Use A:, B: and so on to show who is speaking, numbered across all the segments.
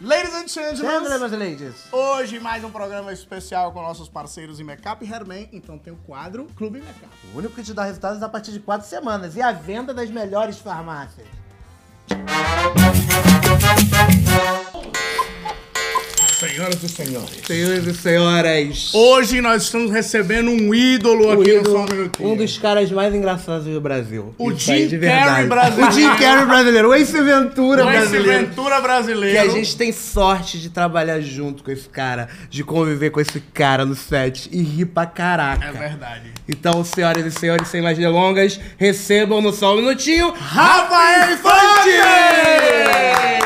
A: Ladies and gentlemen,
B: Lembra, meus ladies?
A: hoje mais um programa especial com nossos parceiros em Mecap e Hairman, então tem o quadro Clube Mecap.
B: O único que te dá resultados é a partir de quatro semanas e a venda das melhores farmácias.
A: Senhoras e senhores.
B: Senhoras e senhoras,
A: Hoje nós estamos recebendo um ídolo aqui no Só um Minutinho.
B: um dos caras mais engraçados do Brasil.
A: O
B: Isso
A: Jim
B: aí, de
A: Carrey
B: verdade.
A: brasileiro.
B: O Jim Carrey brasileiro, o Ace Ventura
A: Um
B: brasileiro.
A: Ventura
B: E a
A: brasileiro.
B: gente tem sorte de trabalhar junto com esse cara, de conviver com esse cara no set e rir pra caraca.
A: É verdade.
B: Então, senhoras e senhores, sem mais delongas, recebam no só um minutinho.
A: Rafael Infante!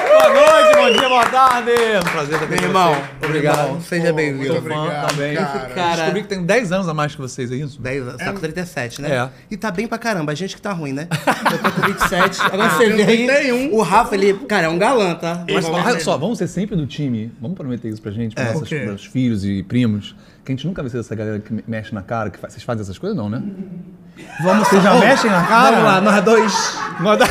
C: Boa noite, bom dia, boa tarde. É um prazer estar aqui
B: Meu
C: com
B: irmão,
C: você.
B: obrigado.
C: Irmão,
B: Seja
C: pô,
B: bem-vindo.
C: Muito obrigado,
A: Obrigado,
C: também.
A: cara.
B: Cara.
C: Descobri que tenho 10 anos a mais que vocês, é isso?
B: 10 anos, tá com 37, né?
C: É.
B: E tá bem pra caramba, a gente que tá ruim, né? Eu tô com 27. Agora você
A: Eu
B: vê aí,
A: tenho 31.
B: o Rafa, ele, cara, é um galã, tá?
A: Eu-
C: Mas
A: Igual
C: olha
A: mesmo.
C: só, vamos ser sempre do time. Vamos prometer isso pra gente, pra
B: É.
C: nossos,
A: Por quê?
C: nossos filhos e primos. Que a gente nunca vai ser essa galera que me- mexe na cara. Que faz- vocês fazem essas coisas, não, né?
B: Vamos, vocês já mexem na cara? Vamos lá, nós dois.
C: Manda...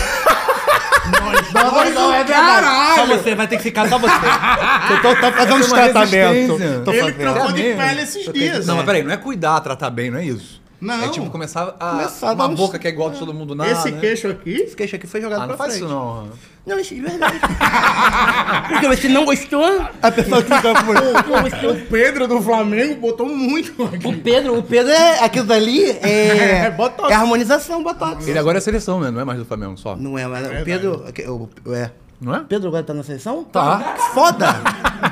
B: Nós dois,
A: não, é
B: caralho. é Só você, vai ter que ficar só você. Eu tô, tô fazendo uns
C: uma
B: tratamentos.
C: resistência.
B: Tô
A: Ele
B: fazendo.
A: trocou de
C: mesmo?
A: pele esses dias.
C: Não, mas peraí, não é cuidar, tratar bem, não é isso.
A: Não.
C: É tipo começar a.
B: Começar a dar
C: uma
B: uns-
C: boca que é igual de todo mundo nada.
A: Esse
C: né?
A: queixo aqui.
B: Esse queixo aqui foi jogado
C: Ah, não
B: pra
C: faz
B: frente.
C: isso não.
B: Não, isso é verdade. Porque você não gostou? A pessoa que fica por... Não gostou.
A: O Pedro do Flamengo botou muito aqui.
B: O Pedro, o Pedro é... Aquilo dali é...
A: É botox.
B: É harmonização, botox.
C: Ele agora é seleção, né? Não é mais do Flamengo só.
B: Não é, mas o Pedro... aqui, o- o- É...
C: Não é?
B: Pedro agora tá na seleção?
C: Tá.
B: Que Foda!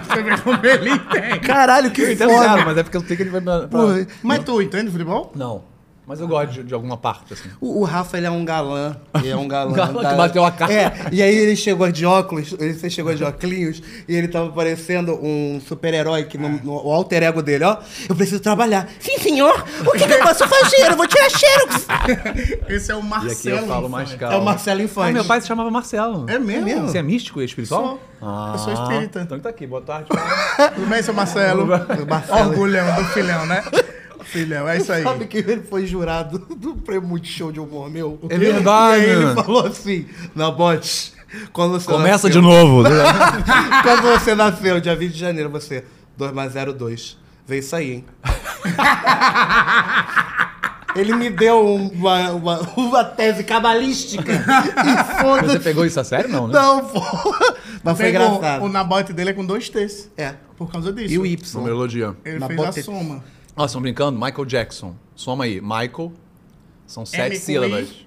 A: Você vê como ele entende.
B: Caralho,
C: Eu
B: que
C: entendo,
B: foda!
C: cara, mas é porque eu sei que ele vai. pra- pra-
B: Porra,
A: Mas tu entende futebol?
C: Não. Mas eu gosto de, de alguma parte, assim.
B: O, o Rafa, ele é um galã. Ele é um galã.
C: Galã que bateu a cara.
B: É, e aí ele chegou de óculos, ele chegou de óculos e ele tava parecendo um super-herói que no, no- o alter ego dele, ó. Eu preciso trabalhar. Sim, senhor. O que, que eu posso fazer? Eu vou tirar xerox.
A: Esse é o
C: E
A: Marcelo.
C: aqui eu falo mais
A: Infante.
C: calmo.
B: É o Marcelo
C: Ah,
B: Infante.
C: meu pai se chamava Marcelo.
A: É mesmo?
B: É mesmo?
C: Você é místico e espiritual?
A: Sou. Eu sou espírita.
C: Então ele tá aqui. Boa tarde.
A: Tudo bem, seu Marcelo?
B: Marcelo.
A: Orgulhão do filhão, né? Filhão, é isso aí.
B: Sabe que ele foi jurado do prêmio de show de humor meu?
C: É verdade.
B: E aí ele falou assim, na bote, quando você nasceu-
C: Começa de novo.
B: Quando você nasceu, dia 20 de janeiro, você. 2 mais 0, 2. Vê isso aí, hein? Ele me deu um, uma, uma, uma tese cabalística. E
C: Você
B: foda-se.
C: pegou isso a sério, não, né?
B: Não, pô. Mas foi
A: Pegou-
B: engraçado.
A: O nabote dele é com dois T's.
B: É.
A: Por causa disso.
B: E o
C: Uma
B: Y.
C: melodia.
A: Ele
B: Na
A: fez
B: bota-
A: a soma.
C: Ó, estão brincando? Michael Jackson. Soma aí. Michael. São sete
A: com
C: sílabas.
A: I,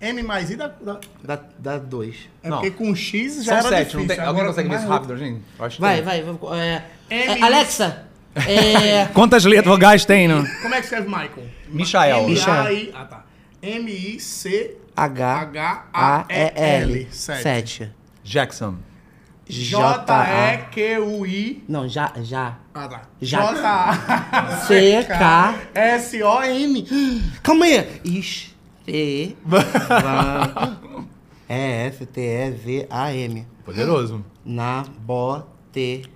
A: M mais I dá. dá-
B: Dá, dá dois.
A: É
C: Não.
A: porque com X já
C: São
A: era
C: sete.
A: difícil.
C: Não tem... Alguém
A: Agora
C: consegue
A: com
C: ler isso
A: mais
C: rápido, gente? Eu acho que
D: Vai,
C: tem.
D: vai. vamos, é,
A: M,
D: é,
A: M.
D: Alexa, é,
C: Quantas letras vogais tem, não?
A: outro. Como é que escreve Michael?
C: Michael.
A: M-I... Ah, tá. M-I-C-H-A-E-L.
B: H. A. E. L.
A: Sete.
B: 7.
C: Jackson.
B: J. A.
A: J-E-Q-U-I.
D: Não, já, já.
A: Ah, tá.
D: Já-
A: J-A-C-K. S-O-N.
B: Calma aí.
D: Ixi. E,
B: É, F, T, E, V, A, M.
C: Poderoso.
B: Na bote.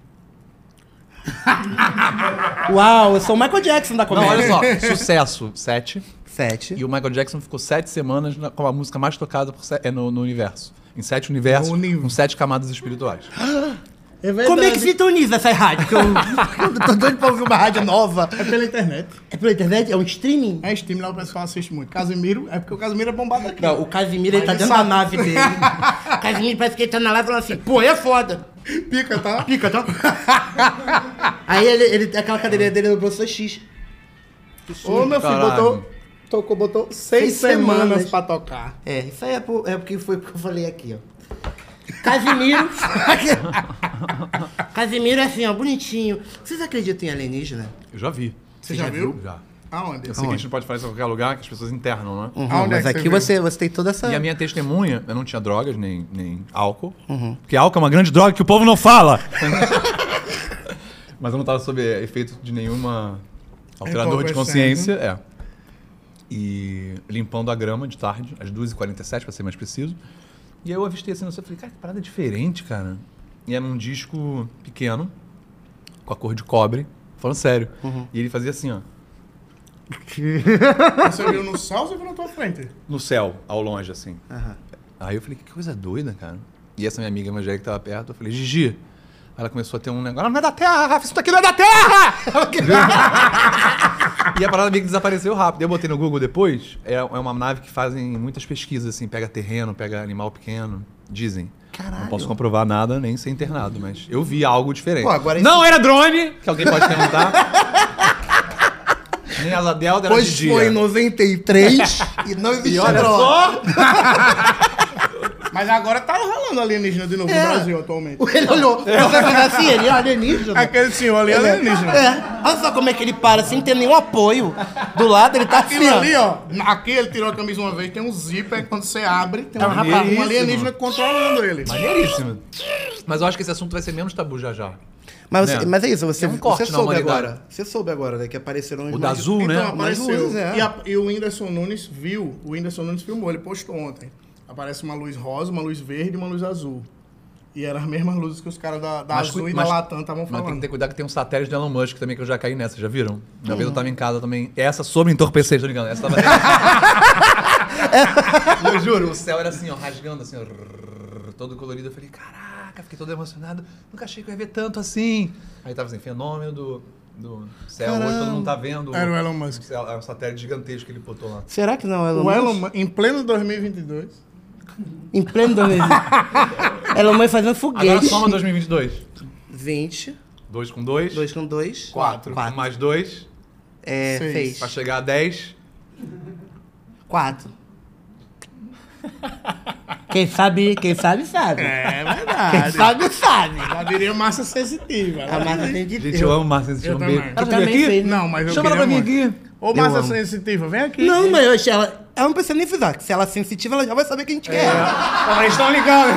B: Uau, eu sou o Michael Jackson da
C: Não,
B: comédia.
C: olha só. Sucesso, sete.
B: Sete.
C: E o Michael Jackson ficou sete semanas na- com a música mais tocada por se- é no, no universo. Em sete universos,
A: No universo.
C: com sete camadas espirituais.
B: Como é que sintoniza essa rádio? Que eu, eu tô doido pra ouvir uma rádio nova.
A: É pela internet.
B: É pela internet? É um streaming?
A: É stream lá, o pessoal assiste muito. Casimiro, é porque o Casimiro é bombado aqui.
B: Não, o Casimiro ele tá dentro da nave dele.
D: Casimiro parece que ele tá na live falando assim, pô, é foda.
A: Pica, tá?
B: Pica, tá? Aí ele, ele aquela cadeirinha dele no professor X.
A: Ô, meu filho,
C: Caralho.
A: botou, tocou, botou seis,
B: Seis
A: semanas,
B: semanas.
A: pra tocar.
B: É, isso aí é, por- é porque foi o que eu falei aqui, ó. Casimiro.
D: Casimiro é assim, ó, bonitinho.
B: Vocês acreditam em alienígena?
C: Eu já vi.
A: Você já viu?
C: Já.
A: Aonde?
C: Eu sei que a gente não pode falar isso em qualquer lugar, que as pessoas internam, né?
A: Aonde
B: mas
A: é que
B: aqui
A: você
B: você, você tem toda essa.
C: E a minha testemunha, eu não tinha drogas, nem, nem álcool. Porque álcool é uma grande droga que o povo não fala. Mas eu não tava sob efeito de nenhuma alterador de
A: Entorpecente.
C: consciência. É. E limpando a grama de tarde, às 2h47, pra ser mais preciso. E aí eu avistei assim, eu falei, cara, que parada diferente, cara. E era um disco pequeno, com a cor de cobre, falando sério. E ele fazia assim, ó,
A: Você viu no céu ou você viu na tua frente?
C: no céu, ao longe, assim. Aí eu falei, que coisa doida, cara. E essa minha amiga evangélica que tava perto, eu falei, Gigi, Ela começou a ter um negócio. "Ah, Não é da terra! Isso daqui não é da terra! e a parada meio que desapareceu rápido. Eu botei no Google depois. É, é uma nave que fazem muitas pesquisas, assim. Pega terreno, pega animal pequeno. Dizem. Caralho. Não posso comprovar nada, nem ser internado, mas eu vi algo diferente.
B: Pô, agora isso-
C: não era drone, que alguém pode perguntar. nem asa delta era de
B: Pois
C: dia.
B: foi em 93 e não
C: E
B: existia
C: olha
B: droga.
C: só!
A: Mas agora tá rolando alienígena de novo
B: É.
A: no Brasil atualmente.
B: Ele olhou. Você vai fazer assim, ele é alienígena.
A: Aquele senhor ali é
B: Ele é-
A: alienígena.
B: É. Olha só como é que ele para, sem ter nenhum apoio. Do lado ele tá assim.
A: Aquilo
B: ó.
A: ali, ó. Aqui ele tirou a camisa uma vez, tem um zíper, quando você abre, tem um,
C: um
A: rapaz, um
C: maneiríssimo.
A: alienígena controlando ele.
C: Maneiríssimo. Mas eu acho que esse assunto vai ser menos tabu já já.
B: Mas, você-
C: Né?
B: mas é isso, você,
C: Tem um corte
B: você
C: na
B: soube
C: humanidade.
B: agora. Você soube agora, né? Que apareceram os
C: O da Azul,
A: Então
C: né?
B: Mas
A: apareceu.
B: luz, é.
A: E, a- e o Whindersson Nunes viu, o Whindersson Nunes filmou, ele postou ontem. Aparece uma luz rosa, uma luz verde e uma luz azul. E eram as mesmas luzes que os caras da, da
C: Mas
A: Azul
C: cu-
A: e
C: mas-
A: da Latam estavam
C: Mas tem que
A: falando.
C: ter cuidado que tem um satélite do Elon Musk também que eu já caí nessa, já viram? Uma vez eu tava em casa também. Essa sobre entorpecer, tô ligando. Essa tava. eu juro, o céu era assim, ó, rasgando assim, ó, rrr, todo colorido. Eu falei, caraca, fiquei todo emocionado. Nunca achei que eu ia ver tanto assim. Aí tava assim, fenômeno do, do céu, hoje todo mundo tá vendo.
A: Era o Elon Musk.
C: Sei lá, É um satélite gigantesco que ele botou lá.
B: Será que não, Elon
A: O
B: Musk?
A: Elon, Mu- em pleno 2022,
B: Em pleno 2020. Elon Musk fazendo
C: Agora
B: foguete.
C: soma 2022.
B: 20,
C: 2 com 2.
B: 2 com 2.
C: 4
B: Quatro.
C: mais 2.
B: É,
A: Seis.
B: fez.
C: Pra chegar a 10.
B: 4. Quem sabe, quem sabe, sabe.
A: É
B: Quem
A: verdade.
B: sabe, sabe.
A: Já diria massa sensitiva.
B: A massa tem de
C: Gente, eu amo Marcelo.
A: Eu
C: Chama
A: também.
C: ele.
A: Eu
C: Ela
B: também
C: veio aqui?
B: sei.
A: Não, mas eu
C: Chama ela pra
A: queria
C: mim
A: muito.
C: aqui.
A: Ô, massa
B: amo.
A: sensitiva, vem aqui.
B: Não, mas eu acho ela... Ela não precisa nem frisar. que Se ela é sensitiva, ela já vai saber quem a gente quer. É.
A: Eles estão ligando.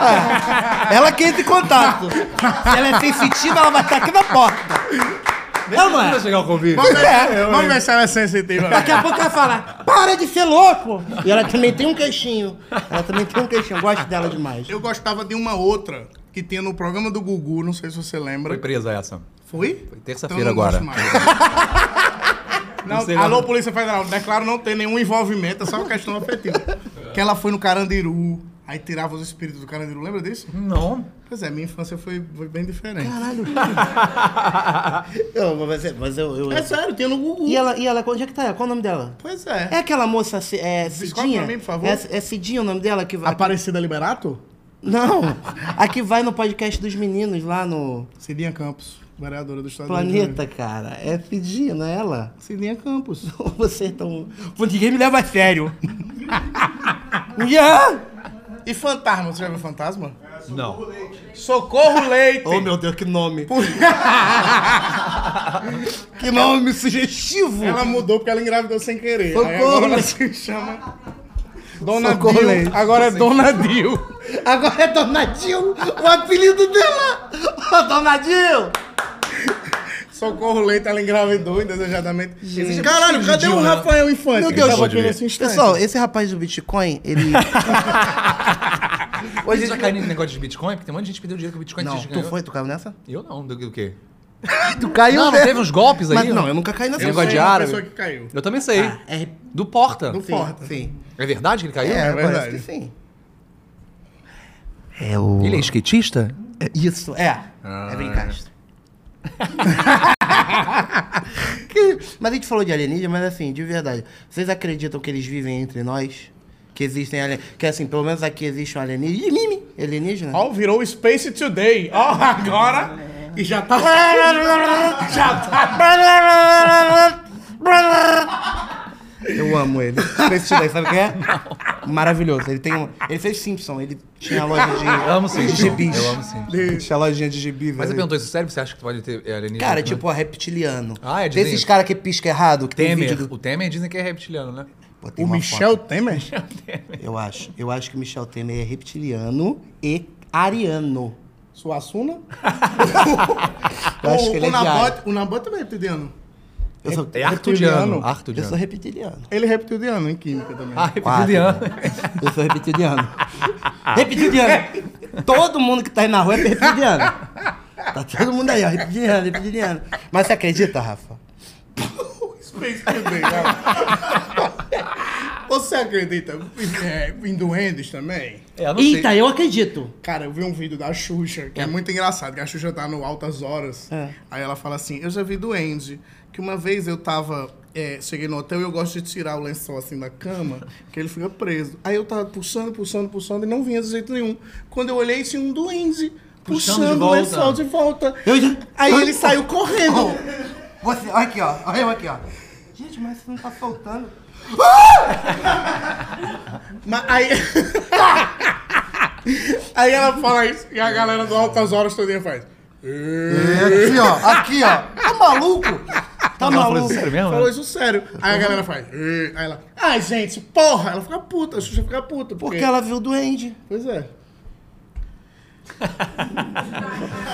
B: Ela quer esse contato. Se ela é sensitiva, ela vai estar aqui na porta. Não, não
C: Vai
B: é?
C: chegar o convite.
A: Vamos ver,
B: É, eu-
A: vamos ver se ela é sensitiva.
B: Daqui a pouco ela fala, para de ser louco! E ela também tem um queixinho. Ela também tem um queixinho. Eu gosto dela demais.
A: Eu gostava de uma outra que tinha no programa do Gugu, não sei se você
C: Foi
A: lembra.
C: presa é essa.
A: Foi?
C: Foi terça-feira
A: Então eu
C: agora.
A: não gosto mais. Não,
C: Não sei
A: alô,
C: não.
A: Polícia Federal, declaro não ter nenhum envolvimento, é só uma questão afetiva. que ela foi no Carandiru, aí tirava os espíritos do Carandiru, lembra disso?
C: Não.
A: Pois é, minha infância foi, foi bem diferente.
B: Eu, mas é- mas eu, eu-
A: É sério, tinha no Gugu.
B: E ela, e ela, onde é que tá? Qual o nome dela?
A: Pois é.
B: É aquela moça, Ci- é,
A: Descobre
B: Cidinha?
A: pra mim, por favor.
B: É, é Cidinha o nome dela? Que vai,
A: Aparecida Liberato?
B: Não, a que vai no podcast dos meninos lá no
A: Cidinha Campos, vereadora do Estado do Rio de Janeiro.
B: Planeta, cara. É Cidinha, não é ela?
A: Cidinha Campos.
B: Você é tão... Pô, Ninguém me leva a sério. Ian!
A: E fantasma, você já viu fantasma?
C: Não.
A: Socorro Leite!
B: Oh, meu Deus, que nome. que nome sugestivo.
A: Ela mudou porque ela engravidou sem querer. Aí
B: Socorro.
A: agora ela se chama. Dona
B: Socorro,
A: Dil.
B: Leite.
A: Agora é Dona Dil.
B: Agora é Donadil, o apelido dela. Ô, Donadil!
A: Socorro Leite, ela engravidou indesejadamente.
B: Gente.
A: Caralho, cadê o Rafael Infante?
B: Meu
A: Que
B: Deus,
A: tava aqui
C: Pode
A: nesse instante.
B: Pessoal, esse rapaz do Bitcoin, ele...
C: Hoje já caiu no negócio de Bitcoin? Porque tem um monte de gente que perdeu dinheiro com Bitcoin.
B: Não,
C: vocês
B: tu
C: ganhou.
B: foi, tu caiu nessa?
C: Eu não. Do que o quê?
B: Tu caiu
C: Não, não
B: nessa.
C: teve uns golpes aí?
B: Mas não, eu nunca caí nessa.
A: Tem
C: Eu negócio de
A: uma
C: árabe.
A: pessoa que caiu.
C: Eu também sei.
B: É,
C: Do Porta.
A: Do-
B: sim,
A: Porta.
B: sim.
C: É verdade que ele caiu?
B: É, parece
A: verdade.
B: que sim. É o...
C: Ele é skatista?
B: É Isso, é. é brincar. Que- Mas a gente falou de alienígena, mas assim, de verdade. Vocês acreditam que eles vivem entre nós? Que existem alienígenas? Que assim, pelo menos aqui existe um alienígena. Ih, mimi, Alienígena?
A: Ó, virou Space Today. Ó, agora. E já tá. já tá.
B: Eu amo ele. Esse daí, sabe quem é? Maravilhoso. Ele tem um... Ele fez Simpson, ele tinha a loja de.
C: Eu amo sim.
B: de gibis.
C: Eu amo sim.
B: Ele Tinha a lojinha de gibi,
C: Mas você
B: velho.
C: perguntou isso sério? Você acha que pode ter é, alienígena?
B: Cara,
C: aqui, né?
B: tipo, ó, reptiliano.
C: Ah, é de
B: Tem esses
C: dentro.
B: caras que pisca errado, que tem
C: Temer.
B: vídeo do.
C: O Temer dizem que é reptiliano, né?
B: Pô, tem
A: O
B: uma
A: Michel Temer?
B: Eu acho. Eu acho que Michel Temer é reptiliano e ariano.
A: Suassuna?
B: Eu acho
A: o,
B: que ele
A: o
B: é de ar.
A: Nabote, o Nabote também é reptiliano.
B: Eu sou,
C: É artudiano.
A: Reptiliano.
B: eu sou
C: Artudiano.
B: reptiliano.
A: Ele é reptiliano em química também.
C: Ah, reptiliano.
B: Quatro. Eu sou reptiliano. reptiliano. Todo mundo que tá aí na rua é reptiliano. Tá todo mundo aí, ó. Reptiliano, reptiliano. Mas você acredita, Rafa?
A: Space Today, cara.
B: Ô,
A: Você acredita é, em duendes também?
C: É, eu não sei.
D: Eita, eu acredito.
A: Cara, eu vi um vídeo da Xuxa, que é, muito engraçado, que a Xuxa tá no Altas Horas.
C: É.
A: Aí ela fala assim, eu já vi duende, que uma vez eu tava... é, cheguei no hotel e eu gosto de tirar o lençol assim da cama, que ele fica preso. Aí eu tava puxando, puxando, puxando e não vinha de jeito nenhum. Quando eu olhei, tinha um duende
C: Puxando
A: puxando,
C: de
A: o
C: volta.
A: lençol de volta.
B: Eu-
A: Aí ele saiu correndo.
B: Você, olha aqui, ó. Olha eu aqui, ó. Gente, mas você não tá soltando.
A: Mas aí. aí ela fala isso e a galera do Altas Horas todinha faz.
B: É, aqui, ó. Aqui, ó. Tá maluco? Tá
C: Ela falou
B: maluco?
C: isso sério mesmo?
A: Falou isso sério. Aí a galera faz. "Ê". Aí ela. Ai, gente, porra! Ela fica puta, a Xuxa fica puta. Porque,
C: É.
B: Porque ela viu o duende.
A: Pois é.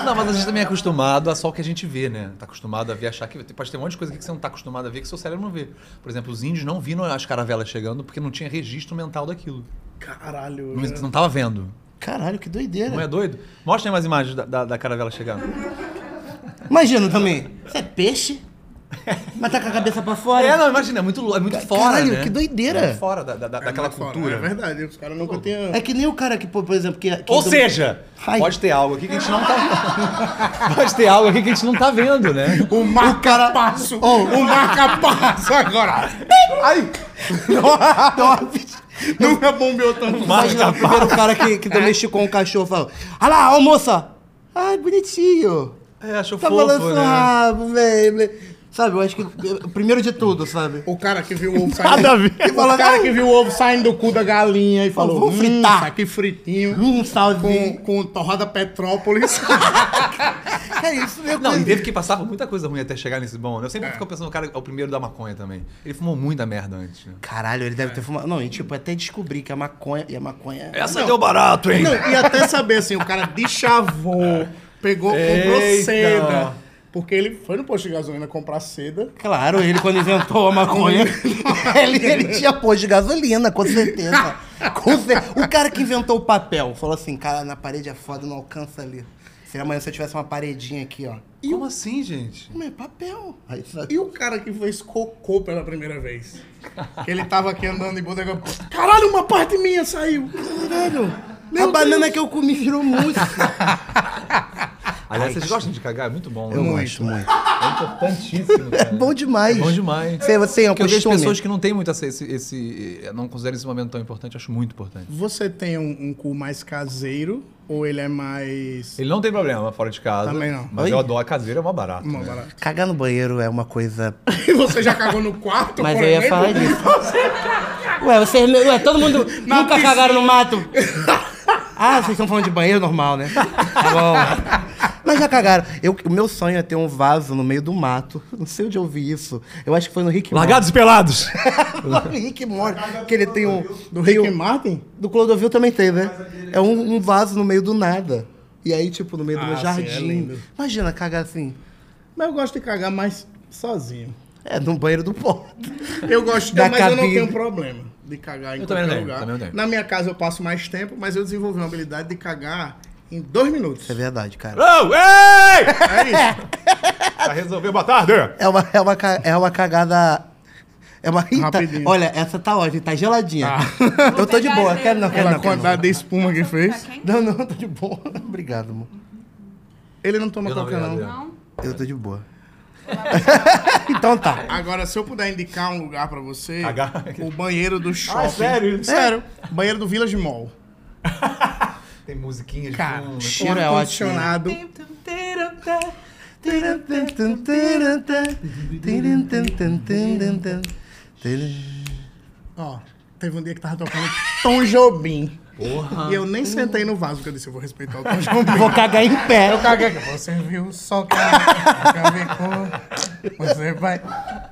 C: Não, mas a gente também é acostumado a só o que a gente vê, né? Tá acostumado a ver, achar que... Pode ter um monte de coisa aqui que você não tá acostumado a ver que seu cérebro não vê. Por exemplo, os índios não viram as caravelas chegando porque não tinha registro mental daquilo.
A: Caralho.
C: Não,
A: né?
C: não tava vendo.
B: Caralho, que
C: Não é
B: doideira.
C: doido? Mostra aí mais imagens da, da, da caravela chegando.
B: Imagina também.
D: Você é peixe? Mas tá com a cabeça pra fora?
C: É, não, imagina, é muito, é muito fora,
B: caralho,
C: né?
B: que doideira.
C: É muito fora da, da- da-
A: É
C: daquela
A: muito fora,
C: cultura.
A: É verdade, os caras nunca tinham.
B: É que nem o cara que, pô, por exemplo, que. é- que
C: Ou
B: do-
C: seja,
B: Ai.
C: pode ter algo aqui que a gente não tá... pode ter algo aqui que a gente não tá vendo, né?
A: O marca-passo! O marca-passo agora!
B: Nossa,
A: Nunca bombeou tanto.
B: Imagina o primeiro cara que, que
C: É.
B: domesticou um cachorro falando: Ah lá, ó, moça! Ai, bonitinho!
C: É, achou
B: Tá
C: fofo,
B: balançando o
C: né?
B: rabo, velho. velho." Sabe, eu acho que. eh, Primeiro de tudo, sabe?
A: O cara que viu o ovo saindo. Tipo,
B: Nada a ver.
A: O cara que viu o ovo saindo do cu da galinha e falou:
B: vou
A: "Hum,
B: fritar."
A: tá aqui fritinho.
B: Hum, salve.
A: com, com torrada Petrópolis.
B: É isso, meu
C: Não, e teve que passar por muita coisa ruim até chegar nesse bom. né? Eu sempre fico pensando, o cara é o primeiro da maconha também. Ele fumou muita merda antes. né?
B: Caralho, ele deve ter fumado. Não, e tipo, até descobrir que a maconha. E a maconha.
C: Essa deu barato, hein?
A: Não, e até saber assim, o cara deschavou, pegou, comprou
C: Eita.
A: seda. Porque ele foi no posto de gasolina comprar seda.
B: Claro, ele quando inventou a maconha, ele, ele tinha pôs de gasolina, com certeza. Com cer- O cara que inventou o papel falou assim, cara, na parede é foda, não alcança ali. Se amanhã se eu tivesse uma paredinha aqui, ó.
C: Como assim, gente?
B: Como é papel? Aí, sabe?
A: E o cara que fez cocô pela primeira vez? Que ele tava aqui andando em bodega. Caralho, uma parte minha saiu! Caralho!
B: a banana que eu comi virou mousse.
C: Aliás, vocês gostam de cagar? É muito bom. né?
B: gosto muito.
C: É importantíssimo, cara.
B: É bom demais.
C: É bom demais.
B: Você, você é um
C: Porque eu vejo
B: costume.
C: pessoas que não têm muito essa- esse, esse- Não consideram esse momento tão importante, eu acho muito importante.
A: Você tem um, um cu mais caseiro ou ele é mais.
C: Ele não tem problema fora de casa.
A: Também não.
C: Mas
B: Oi?
C: eu adoro a caseira, é uma barata.
A: Uma
C: né?
A: barata.
B: Cagar no banheiro é uma coisa...
A: E você já cagou no quarto?
B: Mas
A: por
B: eu ia
A: exemplo?
B: falar disso. Ué, vocês... Ué, todo mundo
A: Na
B: nunca
A: piscina.
B: cagaram no mato. Ah, vocês estão falando de banheiro normal, né? Tá bom. Mas já cagaram. Eu, o meu sonho é ter um vaso no meio do mato. Não sei onde eu vi isso. Eu acho que foi no Rick
C: Largados e pelados!
B: Morty. No Rick Morty. Que ele tem um...
A: Do Rick Martin?
B: Do Clodovil também tem, né? É um, um vaso no meio do nada. E aí, tipo, no meio do
A: Ah,
B: meu
A: sim, é
B: jardim.
A: lindo.
B: Imagina cagar assim.
A: Mas eu gosto de cagar mais sozinho.
B: É, num banheiro do porto.
A: Eu gosto,
B: Da
A: mas eu não
B: cabine.
A: tenho problema de cagar em
C: Eu também
A: qualquer
C: não tenho,
A: lugar.
C: também não tenho.
A: Na minha casa eu passo mais tempo, mas eu desenvolvi uma habilidade de cagar em dois minutos. É
B: É verdade, cara.
C: Não! Ei! Já resolveu, boa tarde!
B: É uma, é uma, ca- é uma cagada. É uma. Ih, tá-
A: Rapidinho.
B: olha, essa tá ótima, tá geladinha.
A: Tá.
B: Eu tô de boa, quero
A: Aquela
B: não, quero não. Quero não.
A: quantidade de espuma que fez.
B: não, não, tô de boa. Obrigado, amor.
A: Ele não toma
C: Eu não,
A: coca,
C: obrigado,
A: não.
C: Adriano.
B: Eu tô de boa. então tá.
A: Agora, se eu puder indicar um lugar pra você,
C: Cagar. Ah, é
A: o banheiro do shopping.
C: sério?
A: Sério. Banheiro do Village Mall.
C: Tem musiquinha de
A: Cara,
C: fundo.
B: cheiro é
A: ar
B: ótimo.
A: condicionado. Ó, teve um dia que tava tocando Tom Jobim. Porra. E eu nem sentei no vaso, porque eu disse, eu vou respeitar o Tom Jobim.
B: Vou cagar em pé.
A: caguei aqui. Você viu só que cavecou, você vai.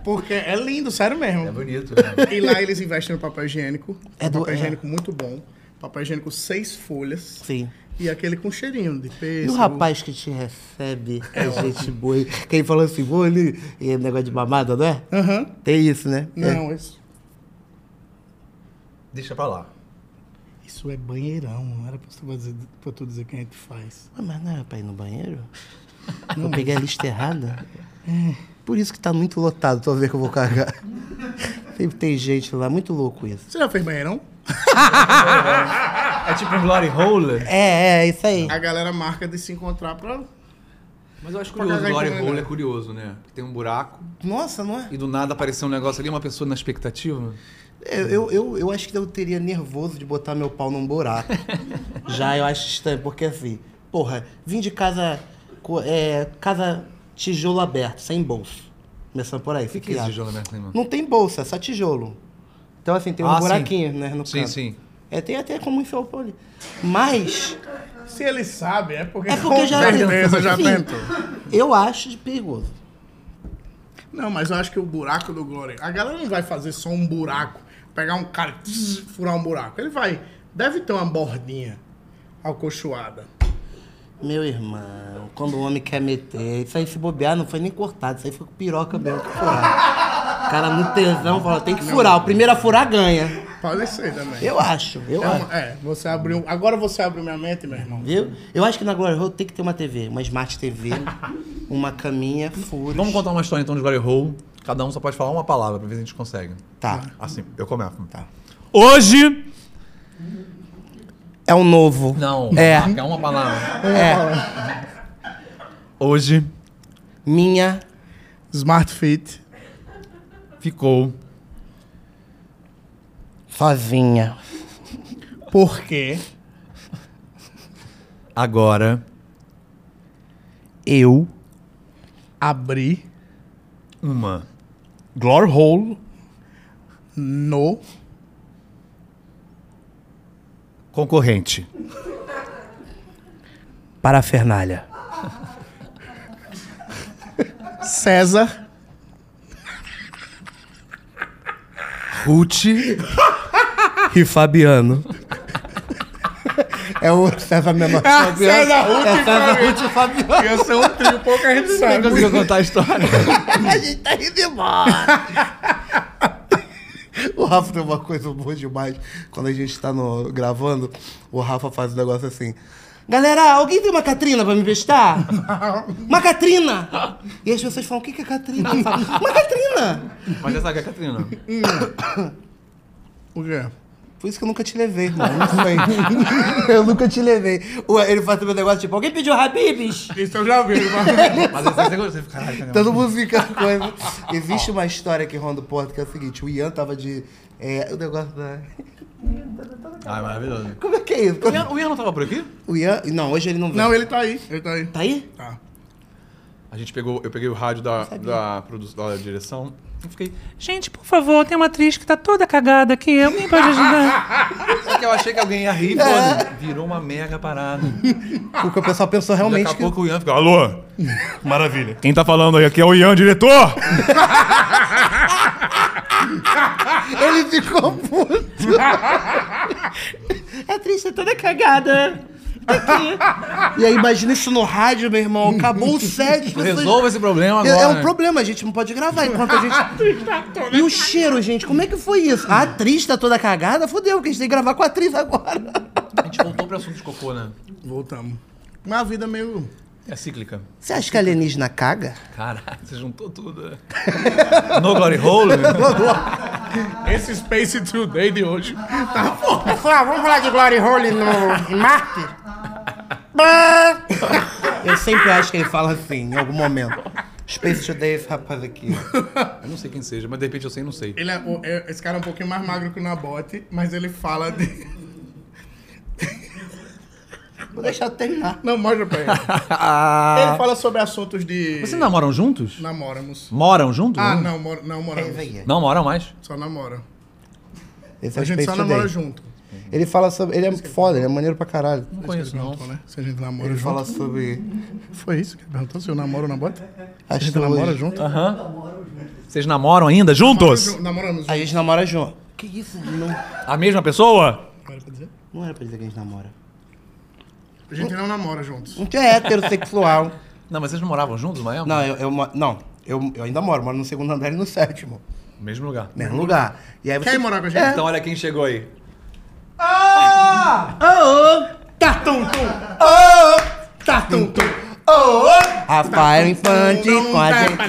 A: Porque é lindo, sério
C: É
A: mesmo.
C: bonito. né?
A: E lá eles investem no papel higiênico.
B: É
A: É
B: do-
A: um papel
B: é.
A: higiênico muito bom. Papel higiênico seis folhas.
B: Sim.
A: E aquele com cheirinho de peixe.
B: E o rapaz que te recebe é gente boa. Quem falou assim, vou ali, e negócio de mamada, não é?
A: Aham.
B: Tem isso, né? É.
A: Não, isso.
C: Deixa pra lá.
A: Isso é banheirão, não era pra tu fazer- pra tu dizer que a gente faz.
B: Ué, Mas não era pra ir no banheiro? Eu peguei a lista errada? Por isso que tá muito lotado, tô a ver que eu vou cagar. Sempre tem gente lá, muito louco isso.
A: Você já fez banheirão?
C: É tipo um glory hole.
B: É, é, isso aí.
A: A galera marca de se encontrar pra.
C: Mas eu acho curioso, o
A: cagar em
C: glory
A: comida.
C: hole é curioso, né? Tem um buraco
B: Nossa, não é?
C: e do nada apareceu um negócio ali, uma pessoa na expectativa.
B: Eu, É, eu, eu, eu acho que eu teria nervoso de botar meu pau num buraco. Já eu acho estranho, porque assim, porra, vim de casa. co- É, casa tijolo aberto, sem bolso. Começando por aí.
C: O que, que é esse tijolo aberto, hein, mano?
B: Não tem bolsa, é só tijolo. Então, assim, tem um
C: Ah, sim.
B: buraquinho, né? No
C: Sim,
B: canto.
C: sim.
B: É, tem até como enfiar o pau ali. Mas.
A: Se ele sabe, é porque.
B: É porque
A: com
B: já.
A: certeza já
B: Enfim,
A: tentou.
B: Eu acho de perigoso.
A: Não, mas eu acho que o buraco do Glory. A galera não vai fazer só um buraco. Pegar um cara e tss, furar um buraco. Ele vai. Deve ter uma bordinha alcochoada.
B: Meu irmão, quando o homem quer meter, isso aí se bobear não foi nem cortado, isso aí foi com piroca mesmo que furar. O cara no tesão fala, tem que furar, o primeiro a furar ganha.
A: Pode ser também.
B: Eu acho, eu
A: É,
B: acho.
A: uma- é, você abriu. Agora você abriu minha mente, meu irmão.
B: Viu? Eu acho que na Glory Hole tem que ter uma TV, uma Smart TV, uma caminha, furos.
C: Vamos contar uma história então de glory hole. Cada um só pode falar uma palavra pra ver se a gente consegue.
B: Tá.
C: Assim, eu começo.
B: Tá.
C: Hoje.
B: É um novo.
C: Não,
B: É.
C: é uma palavra.
B: É.
C: Hoje
B: Minha
A: Smart Fit.
C: ficou
B: sozinha.
A: Por quê?
C: agora
B: Eu.
A: Abri
C: uma
A: Glory Hole no
C: concorrente.
B: Parafernália.
A: César
C: Ruth
B: E Fabiano. É o César Menor.
A: Ah, César Ruth
B: é
A: e
B: César
A: Fabiano.
B: Ruth e Fabiano.
A: Ia ser um trio, pouca gente
C: Você
A: sabe.
C: conseguiu contar a história?
B: A gente tá indo embora. O Rafa tem uma coisa boa demais. Quando a gente tá no- gravando, o Rafa faz um negócio assim. Galera, alguém tem uma Catrina pra me emprestar? Uma Catrina! E as pessoas falam, o que que é Catrina? Eu falo, Uma Catrina!
C: Mas essa aqui é a Catrina.
A: O quê?
B: Por isso que eu nunca te levei, irmão. Não sei. Eu nunca te levei. Ué, Ele faz também um negócio tipo, alguém pediu Habibs?
A: Isso eu já vi.
C: Mas essa aqui é você fica. Caralho, cara.
B: Todo mundo fica com coisa. Existe uma história que ronda o porto que é o seguinte: o Ian tava de. é, o negócio da.
C: Ah, maravilhoso.
B: Como é que é isso?
C: O Ian, o Ian não tava por aqui?
B: O Ian. Não, hoje ele não veio.
A: Não, ele tá aí. Ele tá aí.
B: Tá aí?
A: Tá.
C: A gente pegou, eu peguei o rádio da, da, produ- da direção e fiquei.
E: Gente, por favor, tem uma atriz que tá toda cagada aqui. Alguém pode ajudar?
C: Só que eu achei que alguém ia rir, pô, virou uma mega parada.
B: Porque o pessoal pensou realmente
C: Daqui a
B: que.
C: pouco o Ian fica, alô? Maravilha. Quem tá falando aí aqui é o Ian, diretor!
B: Ele ficou puto. A atriz tá toda cagada. Aqui. E aí, imagina isso no rádio, meu irmão. Acabou o set. as pessoas-
C: Resolva esse problema
B: É,
C: agora.
B: é um problema, a gente não pode gravar enquanto a gente.
D: tá
B: e o cheiro, gente, como é que foi isso? A atriz tá toda cagada? Fudeu, porque a gente tem que gravar com a atriz agora.
C: A gente voltou pro assunto de cocô, né?
A: Voltamos. Uma vida meio.
C: É cíclica.
B: Você acha que a alienígena caga?
C: Caralho, você juntou tudo, né? No Glory Hole?
A: Esse Space Today de hoje. tá
D: Pessoal, vamos falar de Glory Hole no, em Marte?
B: Eu sempre acho que ele fala assim, em algum momento. Space Today, esse rapaz aqui.
C: Eu não sei quem seja, mas de repente eu sei e não sei.
A: Ele é, o- é- esse cara é um pouquinho mais magro que o Nabote, mas ele fala de.
B: Vou deixar eu terminar.
A: Não, mostra pra ele.
B: Ah.
A: Ele fala sobre assuntos de.
C: Vocês namoram juntos?
A: Namoramos.
C: Moram juntos?
A: Ah, não, mor- não
B: É
A: moramos.
C: Não moram mais?
A: Só namora.
B: Esse é
A: A
B: o
A: gente
B: é. Space
A: só namora
B: Today.
A: junto.
B: Ele fala sobre. Ele é foda, ele é maneiro pra caralho.
C: Não conheço, não.
A: Então, né? Se a gente namora
B: Ele
A: junto.
B: fala sobre.
A: Foi isso que ele perguntou? Se eu namoro ou namoro? A gente
B: Astrologia.
A: namora junto?
C: Vocês namoram ainda juntos?
A: Ju- Namoramos
B: A
A: junto.
B: gente namora junto. Que isso? Não,
C: A mesma pessoa?
A: Era pra dizer?
B: não era pra dizer que a gente namora.
A: A gente não namora juntos.
B: A gente é heterossexual.
C: Não, mas vocês não moravam juntos, Mael?
B: Não, eu, eu mo- não eu, eu ainda moro, moro no segundo andar e no sétimo.
C: Mesmo lugar.
B: Mesmo lugar. E aí você. É.
A: Quer ir morar com a gente?
C: Então olha quem chegou aí.
B: É. Ah! Oh! Tá tum tum! Oh! Tá tum tum! Oh! Rafael Infante com a gente. Ah,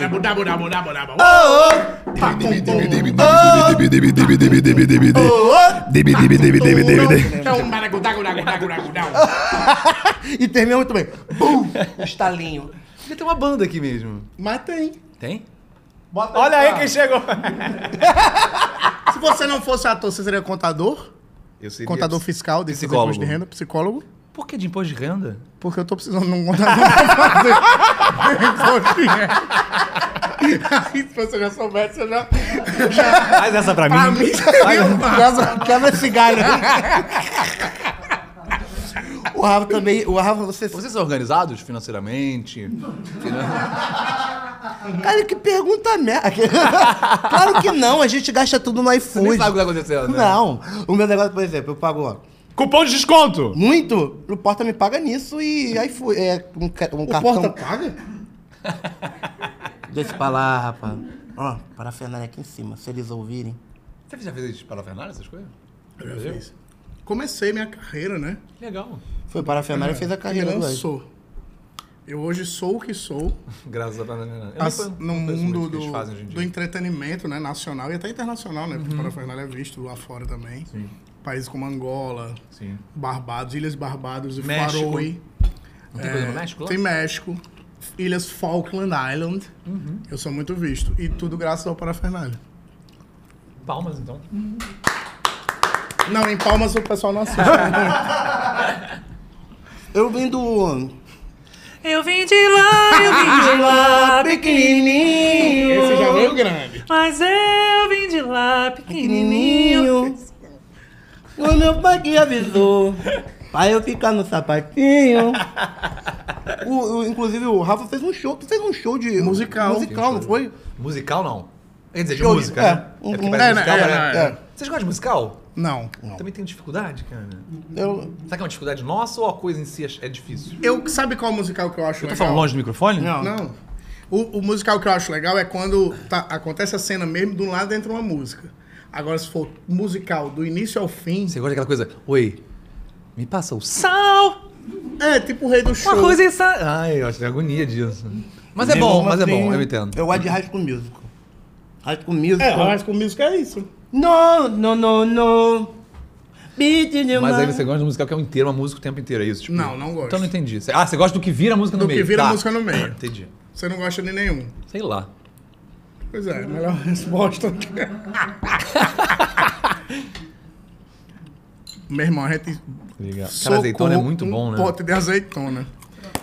A: gente.
B: E termina muito bem. Bum! Estalinho.
C: Devia ter uma banda aqui mesmo.
A: Mas tem.
C: Tem?
F: Olha aí quem chegou.
A: Se você não fosse ator, você seria contador?
C: Eu seria
A: Contador
C: ps-
A: fiscal desses
C: psicólogo.
A: impostos de renda, psicólogo?
C: Por que de imposto de renda?
A: Porque eu tô precisando de um contador pra fazer imposto de renda. Aí, se você já soubesse, você já...
F: Faz essa pra
A: Pra
F: mim.
A: mim, seria um
B: Quebra, quebra esse galho. O Rafa também. O Rafa, você.
C: Vocês são organizados financeiramente?
B: Cara, que pergunta merda. Claro que não, a gente gasta tudo no
C: Você nem
B: iFood.
C: sabe o que tá acontecendo, né?
B: Não. O meu negócio, por exemplo, eu pago ó,
F: Cupom de desconto.
B: muito, o Porta me paga nisso e iFood. É um, ca- um cartão.
A: paga?
B: Deixa pra lá, rapaz. Ó, parafernália aqui em cima, se eles ouvirem.
C: Você já fez parafernália, essas coisas? Eu já fiz.
A: Comecei minha carreira, né?
C: Legal.
B: Foi parafernália e fez a
A: Me
B: carreira do iFood.
A: lançou. Eu hoje sou o que sou.
C: Graças a parafernália. Eu
A: as-
C: nem-
A: no
C: não conheço muito
A: mundo
C: o que eles
A: do,
C: fazem hoje em
A: do
C: dia.
A: entretenimento, né? Nacional e até internacional, né? Porque parafernália é visto lá fora também. Países como Angola,
C: Sim.
A: Barbados, Ilhas Barbados e
C: México.
A: Faroe.
C: Não tem coisa no México lá?
A: Tem México. Ilhas Falkland Island.
C: Uhum.
A: Eu sou muito visto. E tudo graças ao parafernália.
C: Palmas, então.
A: Não, em Palmas o pessoal não assiste.
B: Eu vim do.
E: Eu vim de lá, eu vim de lá, pequenininho.
A: Esse já
B: é
A: veio grande.
E: Mas eu vim de lá, pequenininho.
B: pequenininho. O meu pai que avisou pra eu ficar no sapatinho. O- o- inclusive, o Rafa fez um show. Tu fez um show de.
A: Musical.
B: Musical,
C: um
B: não foi?
C: Musical, não. Quer dizer, de
B: Show de-
C: música,
B: é.
C: né?
B: Um-
C: porque
B: um-
C: parece
A: é, né?
C: musical,
A: É,
C: né?
A: é,
B: é.
C: Vocês gostam de musical?
A: Não.
C: Também tenho dificuldade, cara.
B: Eu,
C: Será que é uma dificuldade nossa ou a coisa em si é é difícil?
A: Eu, sabe qual musical que eu acho
C: Eu tô
A: legal?
C: tá falando longe do microfone?
A: Não. O, o musical que eu acho legal é quando tá- acontece a cena mesmo, de um lado entra uma música. Agora, se for musical do início ao fim,
C: Você gosta daquela coisa? Oi, me passa o sal.
E: Sal,
A: é tipo o rei do show.
E: uma coisa em sal.
C: é-" Ai, eu acho que tenho agonia disso. Mas é bom, mas é bom, eu entendo.
B: eu gosto de High School Musical. High School Musical.
A: É, mas com música é isso.
B: No, no, no, no. Beat de
C: Mas aí
B: mar-
C: você gosta de um musical que é um inteiro, uma música o tempo inteiro, é isso? Tipo,
A: Não, não gosto.
C: Então não entendi. Cê- Ah, você gosta do que vira a música no
A: Do que
C: meio?
A: vira a
C: tá.
A: música no meio.
C: Entendi.
A: Você não gosta de nenhum.
C: Sei lá.
A: Pois é, melhor resposta. do que- Meu irmão, a gente
C: Legal. Cara,
A: socou
C: azeitona é muito bom,
A: um
C: né?
A: pote de azeitona.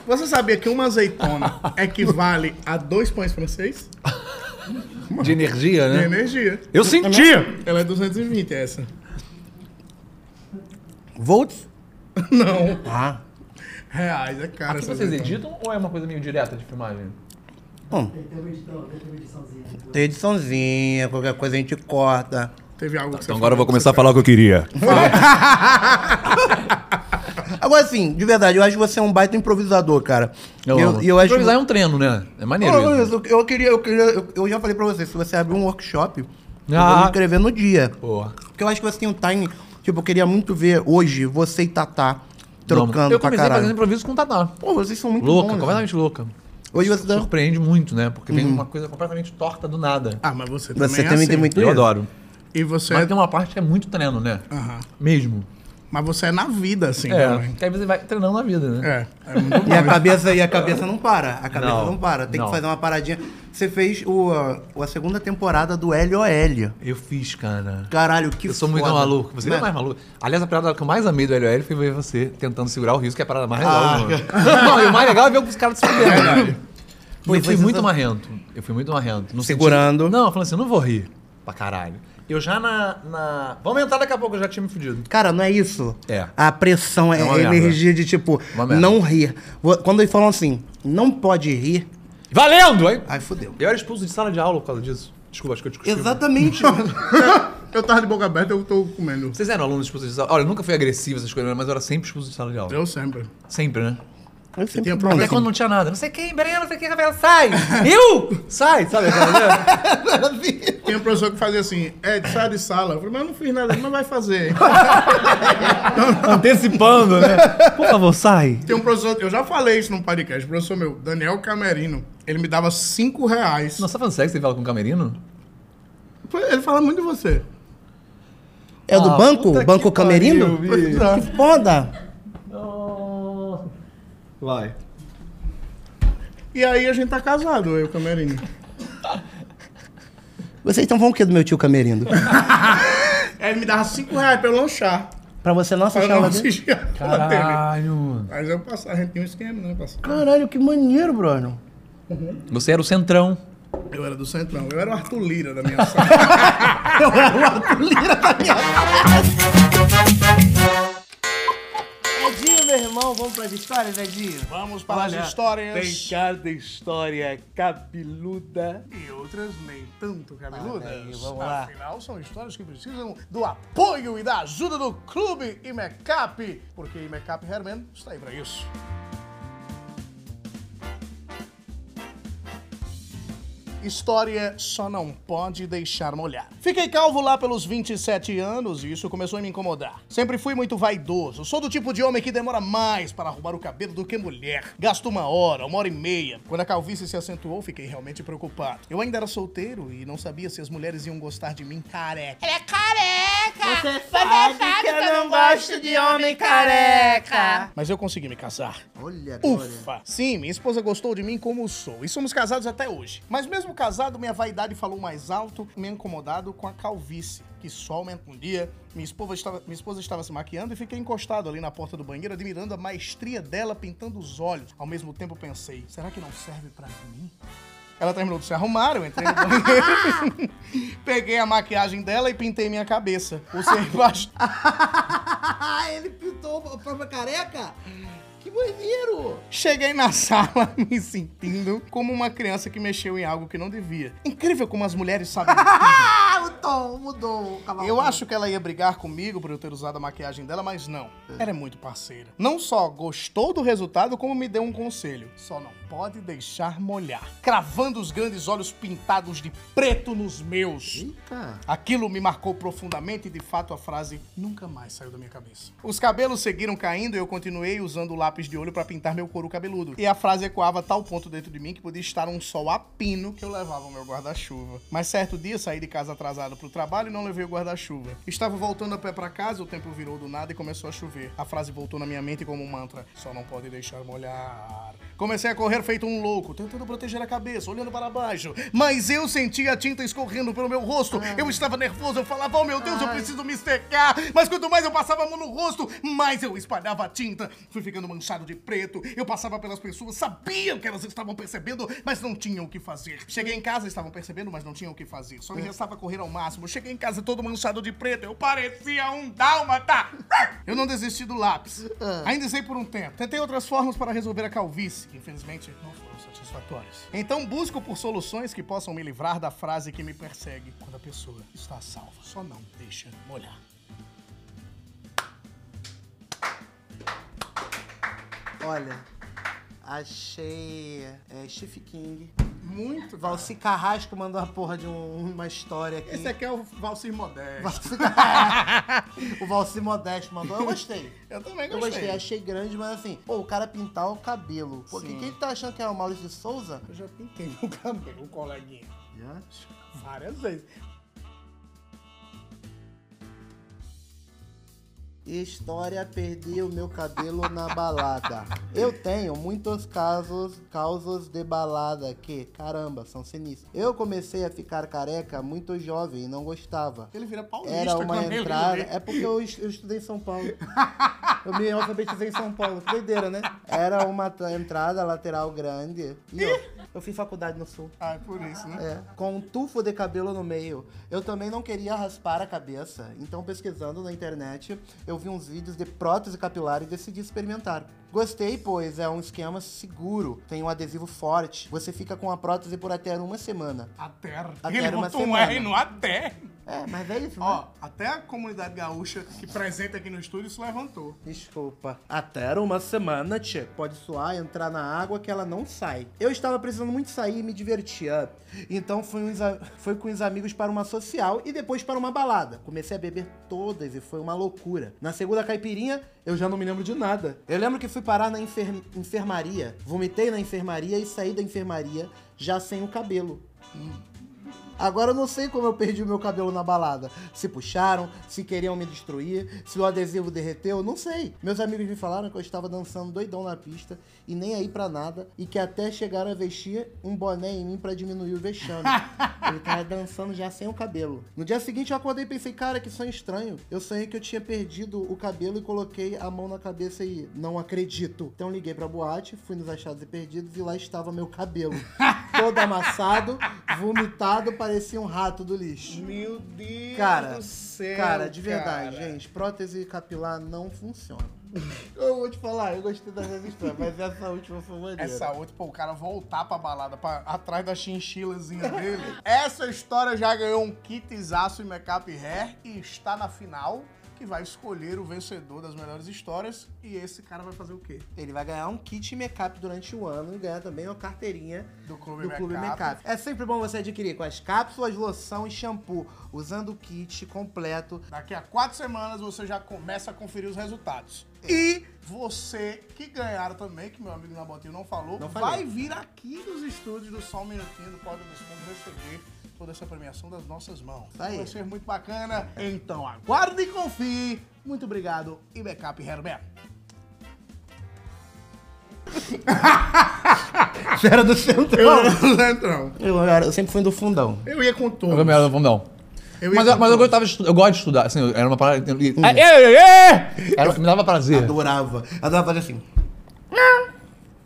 A: Você sabia que uma azeitona equivale a dois pães francês?
C: De energia,
A: De
C: né?
A: energia.
F: Eu senti.
A: Ela é 220 essa.
B: Volts?
A: Não.
B: Ah.
A: Reais, é caro.
C: Aqui
A: essa
C: vocês
A: azeitona.
C: editam ou é uma coisa meio direta de filmagem?
B: Bom. Tem ediçãozinha, qualquer coisa a gente corta.
A: Teve algo que você
C: Então eu vou começar a falar o que eu queria.
B: Agora sim, de verdade, eu acho que você é um baita improvisador, cara.
C: Eu,
B: eu,
C: amo.
B: eu acho
C: Improvisar é um treino, né? É maneiro.
B: Ô,
C: isso.
B: Luiz, eu, eu queria, eu queria, eu, eu já falei pra você, se você abrir um workshop, eu vou
C: Ah.
B: me inscrever no dia.
C: Boa.
B: Porque eu acho que você tem um time. Tipo, eu queria muito ver hoje você e Tatá trocando
C: Eu
B: pra
C: comecei fazendo
B: caralho.
C: improviso com o Tatá.
B: Pô, vocês são muito né?
C: Louca,
B: bons.
C: completamente louca.
B: Hoje você dá...
C: Surpreende muito, né? Porque
B: Uhum.
C: vem uma coisa completamente torta do nada.
A: Ah, mas você também
B: Você
A: é
B: também
A: assim.
B: tem muito
C: Eu adoro.
A: E você
C: Mas
A: é...
C: tem uma parte que é muito treino, né?
A: Aham.
C: Mesmo.
A: Mas você é na vida, assim,
C: É.
A: também.
C: Que aí você vai treinando na vida, né?
A: É. É muito
B: E a
A: bom.
B: cabeça, e a cabeça não para. A cabeça não,
C: Não,
B: para. Tem
C: não.
B: que fazer uma paradinha. Você fez o, a, a segunda temporada do LOL.
C: Eu fiz, cara.
B: Caralho, que
C: Eu sou muito
B: foda.
C: maluco. Você não é
B: Né?
C: mais maluco. Aliás, a parada que eu mais amei do LOL foi ver você tentando segurar o risco, que é a parada mais legal.
B: Ah.
C: do mundo. não, e o mais legal é ver os caras se fudendo. cara.
B: Foi- foi
C: eu fui muito
B: sensacional.
C: marrento. Eu fui muito marrento. No
B: Segurando.
C: sentido- Não, falando assim, eu não vou rir pra caralho. Eu já na, na... Vamos entrar daqui a pouco, eu já tinha me fudido.
B: Cara, não é isso?
C: É.
B: A pressão é,
C: É uma
B: a
C: merda. É
B: energia de tipo,
C: Uma merda.
B: não rir. Vo- Quando eles falam assim, não pode rir,
C: Valendo! Aí,
B: aí fodeu.
C: eu era expulso de sala de aula por causa disso. Desculpa, acho que eu discuti.
B: Exatamente.
A: Eu tava de boca aberta, eu tô comendo.
C: Vocês eram alunos expulsos de sala? Olha, eu nunca fui agressivo, essas coisas, mas eu era sempre expulso de sala de aula.
A: Eu sempre.
C: Sempre, né?
B: Eu sempre
A: tem a
B: bom,
A: promessa-
C: Até
B: assim.
C: quando não tinha nada. Não sei quem, Breno, não sei quem, Rafael, sai! Eu? Sai, sabe? aquela-
A: Tem um professor que fazia assim, é, sai de sala. Eu falei, mas eu não fiz nada, mas vai fazer.
F: Antecipando, né?
C: Por favor, sai.
A: Tem um professor, eu já falei isso num podcast, o professor meu, Daniel Camerino, ele me dava cinco reais.
C: Não, você tá falando sério que você fala com o Camerino?
A: Ele fala muito de você.
B: É o do
C: Ah,
B: banco?
C: puta
B: Banco
C: que
B: Camerino? é.
C: pariu, bicho.
B: que foda!
F: Vai.
A: E aí a gente tá casado, eu e o Camerino.
B: Vocês então vão o que do meu tio Camerino?
A: Aí ele me dava cinco reais pra eu lanchar.
B: pra você não
A: Pra eu
B: assistir
A: não
B: aula dele?
A: assistir a aula dele.
C: Caralho.
A: Mas eu passava, a gente tinha um esquema, né? Passava.
B: Caralho, que maneiro, brother.
C: Você era o centrão.
A: Eu era do Centrão, eu era o Arthur Lira da minha sala.
B: Edinho, meu irmão, vamos pras histórias, Edinho?
A: Vamos para
B: Olha,
A: as histórias.
B: Tem cada história cabeluda.
A: E outras nem tanto cabeludas.
B: Ah, daí, vamos lá.
A: Afinal, são histórias que precisam do apoio e da ajuda do Clube Imecap, porque Imecap Herman está aí para isso. História só não pode deixar molhar. Fiquei calvo lá pelos 27 anos e isso começou a me incomodar. Sempre fui muito vaidoso. Sou do tipo de homem que demora mais para arrumar o cabelo do que mulher. Gasto uma hora, uma hora e meia. Quando a calvície se acentuou, fiquei realmente preocupado. Eu ainda era solteiro e não sabia se as mulheres iam gostar de mim careca.
G: Ela é careca! é Você
B: sabe é que eu não gosto de homem careca.
A: Mas eu consegui me casar.
B: Olha,
A: Ufa! Sim, minha esposa gostou de mim como sou. E somos casados até hoje. Mas mesmo casado, minha vaidade falou mais alto, me incomodado com a calvície, que só aumenta um dia. Minha esposa, estava, minha esposa estava se maquiando e fiquei encostado ali na porta do banheiro, admirando a maestria dela pintando os olhos. Ao mesmo tempo pensei, será que não serve pra mim? Ela terminou de se arrumar, eu entrei no banheiro, peguei a maquiagem dela e pintei minha cabeça. O ser bast...
B: Ele pintou a própria careca? Que maneiro!
A: Cheguei na sala me sentindo como uma criança que mexeu em algo que não devia. Incrível como as mulheres sabem. de tudo.
B: Ah, o tom mudou.
A: Eu acho que ela ia brigar comigo por eu ter usado a maquiagem dela, mas não. Ela é muito parceira. Não só gostou do resultado, como me deu um conselho. Só não pode deixar molhar. Cravando os grandes olhos pintados de preto nos meus.
B: Eita.
A: Aquilo me marcou profundamente e, de fato, a frase nunca mais saiu da minha cabeça. Os cabelos seguiram caindo e eu continuei usando o lápis de olho pra pintar meu couro cabeludo. E a frase ecoava a tal ponto dentro de mim que podia estar um sol a pino que eu levava o meu guarda-chuva. Mas certo dia saí de casa atrasado pro trabalho e não levei o guarda-chuva. Estava voltando a pé pra casa, o tempo virou do nada e começou a chover. A frase voltou na minha mente como um mantra: só não pode deixar molhar. Comecei a correr feito um louco, tentando proteger a cabeça, olhando para baixo. Mas eu sentia a tinta escorrendo pelo meu rosto. Eu estava nervoso, eu falava, oh meu Deus, eu preciso me secar. Mas quanto mais eu passava a mão no rosto, mais eu espalhava a tinta. Fui ficando manchado de preto. Eu passava pelas pessoas, sabia que elas estavam percebendo, mas não tinham o que fazer. Assim, Cheguei em casa, estavam percebendo, mas não tinham o que fazer. Só me restava correr ao máximo. Cheguei em casa todo manchado de preto. Eu parecia um dálmata. Ah! Eu não desisti do lápis. Ainda usei por um tempo. Tentei outras formas para resolver a calvície, que infelizmente não foram satisfatórias. Então busco por soluções que possam me livrar da frase que me persegue quando a pessoa está salva. Só não deixa molhar.
B: Olha, achei é, Chief King.
A: Muito.
B: Valci Carrasco mandou a porra de um- uma história aqui.
A: Esse aqui é o Valsir Modesto.
B: Valci... o Valci Modesto mandou. Eu gostei.
A: Eu também
B: Eu
A: gostei.
B: gostei, achei grande, mas assim, pô, o cara pintar o cabelo. Pô, que- quem tá achando que é o Maurício de Souza?
A: Eu já pintei meu cabelo, coleguinha. Várias vezes.
B: História, perdi o meu cabelo na balada. Eu tenho muitos casos, causos de balada que, caramba, são sinistros. Eu comecei a ficar careca muito jovem e não gostava.
A: Ele vira paulista né?
B: Era uma
A: quando ele
B: entrada.
A: vê.
B: É porque eu, est- eu estudei em São Paulo. Eu me alfabetizei em São Paulo. Que doideira, né? Era uma tra- entrada lateral grande. E eu, eu fiz faculdade no sul.
A: Ah, é por isso, né?
B: É, com um tufo de cabelo no meio. Eu também não queria raspar a cabeça, então pesquisando na internet, eu vi uns vídeos de prótese capilar e decidi experimentar. Gostei, pois é um esquema seguro, tem um adesivo forte, você fica com a prótese por até uma semana.
A: Até.
B: Até
A: Ele
B: era uma
A: botou um
B: semana.
A: R no até.
B: É, mas é isso, né?
A: Ó, até a comunidade gaúcha que presente aqui no estúdio se levantou.
B: Desculpa. Até era uma semana, tchê. Pode suar, entrar na água que ela não sai. Eu estava precisando muito sair e me divertia. Então fui, uns a- fui com os amigos para uma social e depois para uma balada. Comecei a beber todas e foi uma loucura. Na segunda caipirinha, eu já não me lembro de nada. Eu lembro que fui parar na enfer- enfermaria. Vomitei na enfermaria e saí da enfermaria já sem o cabelo. Agora eu não sei como eu perdi o meu cabelo na balada. Se puxaram, se queriam me destruir, se o adesivo derreteu, não sei. Meus amigos me falaram que eu estava dançando doidão na pista e nem aí pra nada e que até chegaram a vestir um boné em mim pra diminuir o vexame. Ele tava dançando já sem o cabelo. No dia seguinte eu acordei e pensei, cara, que sonho estranho. Eu sonhei que eu tinha perdido o cabelo e coloquei a mão na cabeça e não acredito. Então liguei pra boate, fui nos achados e perdidos e lá estava meu cabelo. Todo amassado, vomitado, parecia um rato do lixo.
A: Meu Deus
B: Cara,
A: do céu.
B: cara, de verdade,
A: cara.
B: gente, prótese capilar não funciona. Eu vou te falar, eu gostei das minhas histórias, mas essa última foi maneira.
A: Essa outra, pô, o cara voltar pra balada pra, atrás da chinchilazinha dele. Essa história já ganhou um kitzaço e make-up hair e está na final, que vai escolher o vencedor das melhores histórias. E esse cara vai fazer o quê?
B: Ele vai ganhar um kit make-up durante o ano e ganhar também uma carteirinha
A: Do Clube Make-up.
B: Make-up. É sempre bom você adquirir com as cápsulas, loção e shampoo, usando o kit completo.
A: Daqui a quatro semanas você já começa a conferir os resultados. E você que ganhar também, que meu amigo Nabotinho não falou,
B: Não falei.
A: vai vir aqui nos estúdios do Só um Minutinho do Pódio dos Fundos receber toda essa premiação das nossas mãos.
B: Isso aí.
A: Vai ser muito bacana. Tá Então aguarde e confie. Muito obrigado e backup Herbert.
B: Era do centro.
A: Centrão.
B: Eu, era- eu sempre fui do fundão.
A: Eu ia com
C: Eu
A: todos.
C: também era do fundão.
A: Eu ia
C: Mas, eu-
A: com
C: mas eu
A: todos.
C: gostava de estudar, eu gosto de estudar, assim, eu- era uma parada... eu- eu- Ai, ai, ai, ai! Era- me dava prazer.
B: Adorava. Adorava fazer assim.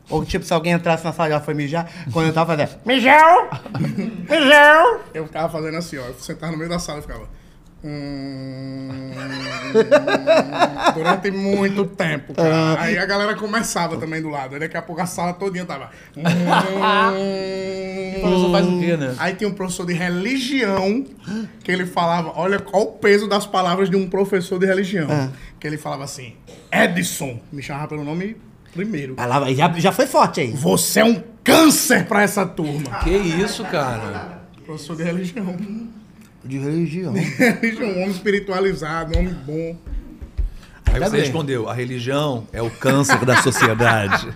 B: Ou tipo, se alguém entrasse na sala e ela foi mijar, quando eu tava fazendo.
D: Mijão! Mijão!
A: Eu ficava fazendo assim, ó. Eu sentava no meio da sala e ficava. "Hum, durante muito tempo, cara. Aí a galera começava também do lado. Aí daqui a pouco a sala todinha tava. "Hum".
C: Professor faz o quê, né?
A: Aí tinha um professor de religião que ele falava, olha qual o peso das palavras de um professor de religião. Que ele falava assim, Edson, me chamava pelo nome primeiro.
B: Ah, lá vai, já, já foi forte aí.
A: Você é um câncer pra essa turma.
C: Que isso, cara?
A: Professor de religião.
B: De religião.
A: Religião, um homem espiritualizado, um homem bom.
C: Aí você respondeu, a religião é o câncer da sociedade.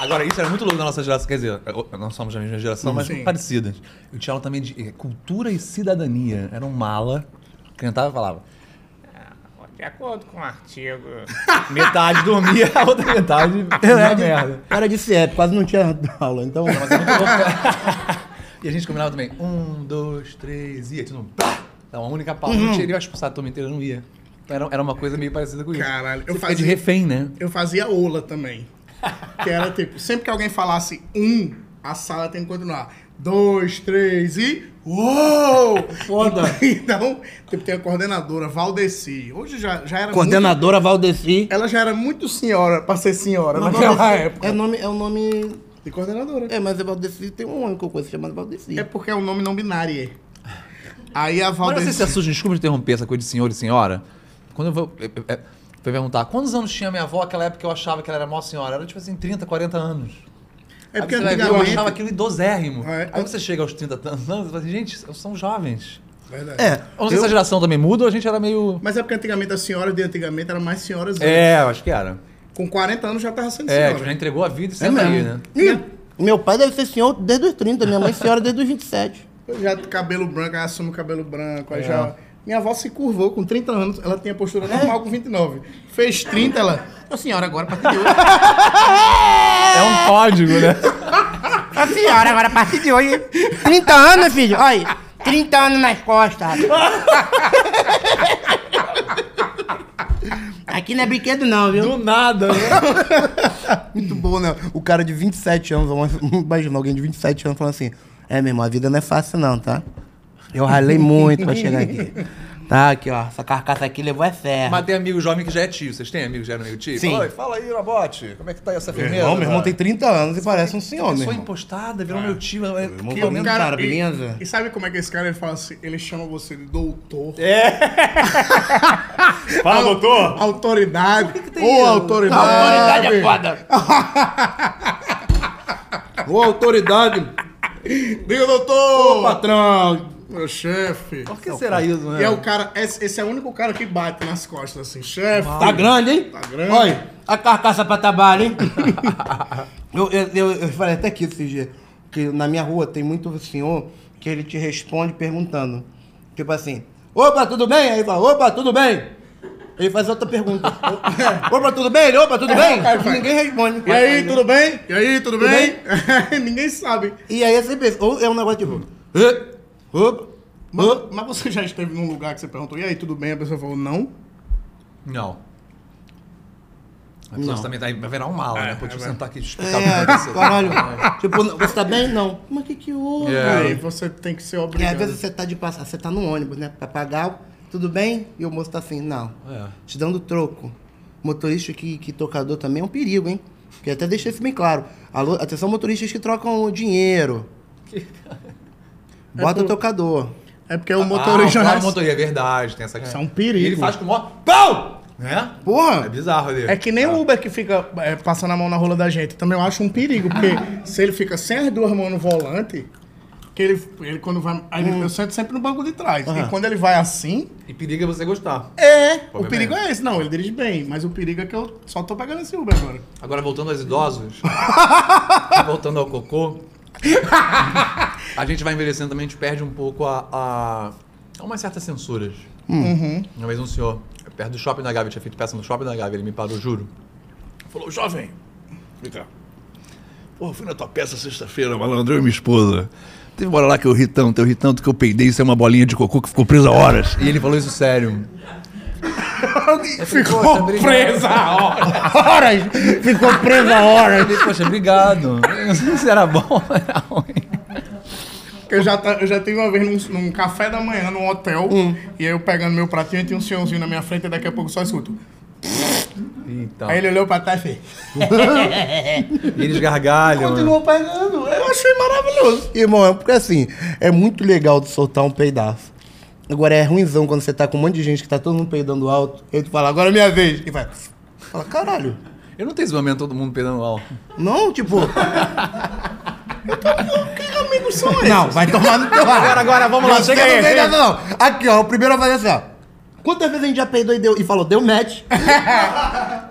C: Agora, isso era muito louco da nossa geração, quer dizer, nós somos da mesma geração, mas
A: Sim.
C: parecidas. Eu tinha aula também de eh, cultura e cidadania. Era um mala que cantava e falava.
D: Ah, De acordo com o artigo.
C: Metade dormia, a outra metade na merda. é
B: Cara de CIEP, quase não tinha aula, então.
C: E a gente combinava também. Um, dois, três, e aí todo mundo. Pá! Dava uma única pausa.
B: Uhum.
C: Não tinha, ele ia expulsar a turma inteira, não ia. Era, era uma coisa meio parecida com isso.
A: Caralho, eu
C: Você fica de
A: fazia-
C: refém, né?
A: Eu fazia ola também. Que era tipo, sempre que alguém falasse um, a sala tem que continuar. Dois, três e. Uou! Foda! Então, tipo, tem a coordenadora, Valdeci. Hoje já, já era. Muito,
B: Coordenadora Valdeci.
A: ela já era muito senhora pra ser senhora
B: Mas
A: naquela
B: Valdeci
A: época.
B: É o nome. É o nome.
A: De coordenadora.
B: É, mas é Valdeci tem uma única coisa chamada Valdeci.
A: É porque é um nome não binário. Aí a
C: Mas não
A: Valdeci.
C: sei se é assusta, desculpa interromper essa coisa de senhor e senhora. Quando eu vou. eu- eu- eu- Foi perguntar, quantos anos tinha minha avó aquela época que eu achava que ela era mó senhora? Era tipo assim, 30, 40 anos.
A: é porque
C: Aí você vai ver, eu
A: antigamente.
C: achava aquilo idosérrimo.
A: É.
C: Aí você chega aos 30 anos e fala assim, gente, são jovens.
A: Verdade.
C: Eu não sei se a geração também muda ou a gente era meio.
A: Mas é porque antigamente as senhoras de antigamente eram mais senhoras.
C: É, eu acho que era.
A: Com 40 anos já tava sendo
C: É,
A: senhora. É
C: tipo, já entregou a
D: É
C: vida e senta aí, né?
B: Ih, meu pai deve ser senhor desde os 30, minha mãe senhora desde os 27.
A: Eu já tenho cabelo branco, aí assumo cabelo branco, aí
C: É.
A: já. Minha avó se curvou com 30 anos, ela tinha postura normal com 29. Fez 30, ela. Ô senhora, agora pra que hoje?
C: É um código, né?
D: Ô senhora, agora a partir de hoje. 30 anos, filho? Olha, 30 anos nas costas. rapaz. Aqui não é brinquedo, não, viu?
C: Do nada, né?
B: Muito bom, né? O cara de 27 anos, vamos imaginar alguém de 27 anos falando assim: É, meu irmão, a vida não é fácil, não, tá? Eu ralei muito pra chegar aqui.
D: Tá, aqui, ó. Essa carcaça aqui levou é ferro.
C: Mas tem amigo jovem que já é tio. Vocês têm amigo que já é amigo tio?
D: Sim.
C: Fala, "Oi, fala aí, Nabote. Como é que tá essa
D: Meu
C: firmeza?
D: irmão, meu irmão
C: cara?"
D: tem 30 anos e parece um senhor, meu
C: Sou
D: irmão.
C: impostada, virou meu tio. é-
D: irmão
C: que
D: tá
C: eu-
D: mesmo. cara, beleza?
A: E, e sabe como é que esse cara ele fala assim? Ele chama você de doutor.
H: Fala, doutor.
A: Autoridade. Ou autoridade.
I: é foda.
D: Ô, autoridade!
A: Diga, doutor.
D: Ô, patrão!
A: Meu chefe.
C: Por que será isso, né?
A: E é o cara, esse, esse é o único cara que bate nas costas assim, chefe.
D: Tá grande, hein?
A: Tá grande.
D: Olha, a carcaça pra trabalho, hein? eu, eu, eu- eu falei até aqui esses dias, que na minha rua tem muito senhor que ele te responde perguntando. Tipo assim, opa, tudo bem? Aí ele fala, opa, tudo bem? Ele faz outra pergunta. opa, tudo bem? Ele, opa, tudo bem? Ninguém responde.
A: É. E aí, tudo bem? E aí, tudo, bem? Ninguém sabe.
D: E aí você pensa, ou é um negócio tipo, "Hã? opa,
A: Mas, mas você já esteve num lugar que você perguntou, e aí, tudo bem? A pessoa falou, não.
C: Não. Não. Também tá aí, vai virar um mal, né? Pô, deixa eu sentar aqui e te explicar
D: é,
C: o que aconteceu.
D: caralho.
A: É.
D: tipo, você tá bem? Não. Mas o que que houve?
C: É.
A: Aí você tem que ser
D: E
A: obrigado.
D: às vezes você tá de passar, você tá no ônibus, né? Pra pagar, tudo bem? E o moço tá assim, não.
C: É.
D: Te dando troco. Motorista que, que tocador também é um perigo, hein? Porque até deixei isso bem claro. Alô, atenção, motoristas que trocam dinheiro. Bota o tocador.
A: É porque o
C: Motorista.
A: motorista...
C: Ah,
A: já-
C: o motorista, é verdade, tem essa
A: Isso é um perigo.
C: E ele faz com o maior. Pau! Né? É
A: Porra!
C: bizarro Ah. ali.
A: É que nem o Uber que fica é, passando a mão na rola da gente. Também eu acho um perigo, porque se ele fica sem as duas mãos no volante, que ele, ele quando vai... Aí ele sente sempre no banco de trás. E quando ele vai assim,
C: E periga você gostar.
A: é...
C: Problema
A: o perigo
C: é
A: é esse. Não, ele dirige bem, mas o perigo é que eu só tô pegando esse Uber agora.
C: Agora, voltando aos idosos, voltando ao cocô, a gente vai envelhecendo também, a gente perde um pouco a, a, a umas certas censuras.
A: Uhum.
C: Uma vez um senhor, perto do shopping da Gávea, tinha feito peça no shopping da Gávea, ele me parou, juro.
J: Falou, jovem, vem cá. Porra, fui na tua peça sexta-feira, malandro, eu e minha esposa. Teve uma hora lá que eu ri tanto, eu ri tanto que eu peidei, isso é uma bolinha de cocô que ficou presa horas.
C: E ele falou isso sério.
A: Ficou presa a hora.
D: Horas! Ficou preso a horas!
C: Ele, poxa, obrigado. Eu não sei se era bom ou era ruim.
A: Eu já, ta- eu já tive uma vez num, num café da manhã, num hotel, e aí eu pegando meu pratinho, tinha um senhorzinho na minha frente, e daqui a pouco só escuto.
C: Então,
A: Aí ele olhou pra trás e fez.
C: e eles gargalham.
D: Continuou pagando. é. Eu achei maravilhoso. Irmão, é porque assim, é muito legal de soltar um peidaço. Agora é ruimzão quando você tá com um monte de gente que tá todo mundo peidando alto. Ele fala, agora é minha vez. E vai. Fala, caralho.
C: Eu não tenho esse momento todo mundo pedando alto.
D: Não, tipo. Então, que amigos são esses? Não, vai tomar no teu Agora, agora, vamos
H: lá, chega aí,
D: Não tem
H: chega aí.
D: nada, não. Aqui, ó, o primeiro vai fazer assim, ó. Quantas vezes a gente já peidou e, deu, e falou, deu match?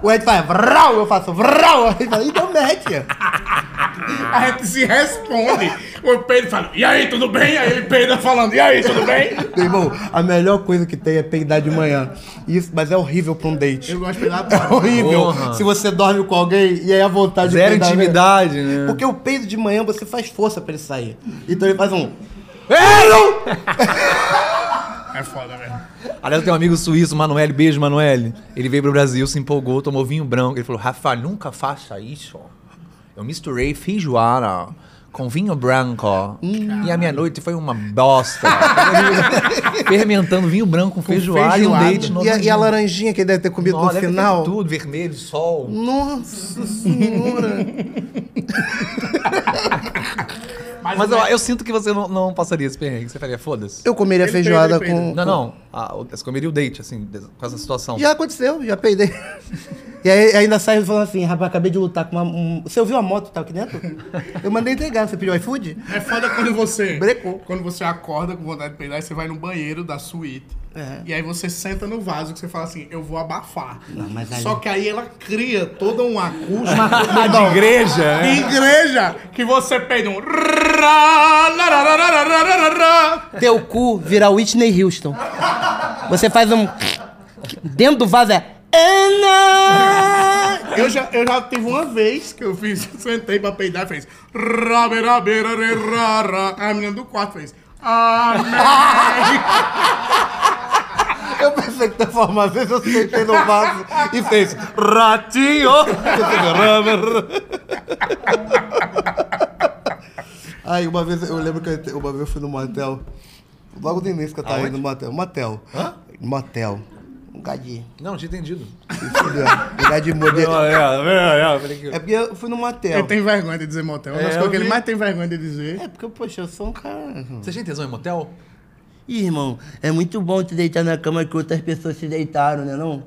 D: o Ed faz, vral, eu faço, vral. Ele fala, e deu match.
A: A gente se responde. O Pedro fala, e aí, tudo bem? Aí ele peida falando, e aí, tudo bem?
D: Meu irmão, a melhor coisa que tem é peidar de manhã. Isso, mas é horrível pra um date.
A: Eu gosto de peidar
D: É horrível.
C: Porra.
D: Se você dorme com alguém e aí a vontade
C: Zero
D: peidar, né?
C: intimidade, né?
D: Porque o peido de manhã você faz força pra ele sair. Então ele faz um. "É, não!"
A: É foda, velho.
C: Aliás, eu tenho um amigo suíço, Manoel, beijo, Manoel. Ele veio pro Brasil, se empolgou, tomou vinho branco. Ele falou, Rafa, nunca faça isso. Eu misturei feijoada com vinho branco. e a minha noite foi uma bosta. Fermentando vinho branco com feijoada, e
A: feijoada.
C: um leite.
D: E a, e a laranjinha que ele deve ter comido no final.
C: Tudo, vermelho, sol.
D: Nossa senhora.
C: Mas, eu, eu sinto que você não, não passaria esse perrengue. Você faria, foda-se.
D: Eu comeria
A: Ele
D: feijoada
A: peida, ele
D: com.
C: Não, não. Ah, você comeria o date, assim, des- com essa situação.
D: Já aconteceu, já peidei. E aí ainda sai falando assim, rapaz, acabei de lutar com uma. um- Você ouviu a moto que tava aqui dentro? Eu mandei entregar, você pediu iFood?
A: É foda quando você.
D: Brecou.
A: Quando você acorda com vontade de peidar, e você vai no banheiro da suíte.
D: É.
A: E aí você senta no vaso que você fala assim, eu vou abafar.
D: mas aí-
A: Só que aí ela cria toda uma acústica.
C: Ah, de igreja,
A: Que
C: né?
D: É.
A: igreja que você peida um. rá, lararararararará.
D: Teu cu vira Whitney Houston. Você faz um. Dentro do vaso é. Ana!
A: Eu já, eu já tive uma vez que eu fiz, sentei pra peidar e fez. rá, berá, berá, rê, rá, rá. A menina do quarto fez. Amém.
D: Eu pensei que tu falando, uma vez eu sentei no vaso e fez.
C: Ratinho!
D: Aí uma vez eu lembro que eu, te- uma vez eu fui no motel. Logo no início que eu tava indo no motel. Motel. motel. Lugar de.
C: Não, tinha entendido.
D: Entendeu? Lugar de modelo.
K: É, é, é, falei que-
D: É porque eu fui no motel.
A: Ele tem vergonha de dizer motel. Uma das coisas que ele mais tem vergonha de dizer.
D: É porque, poxa, eu sou um cara.
C: Você tinha tesão em motel?
D: Ih, irmão, é muito bom te deitar na cama que outras pessoas se deitaram, né não?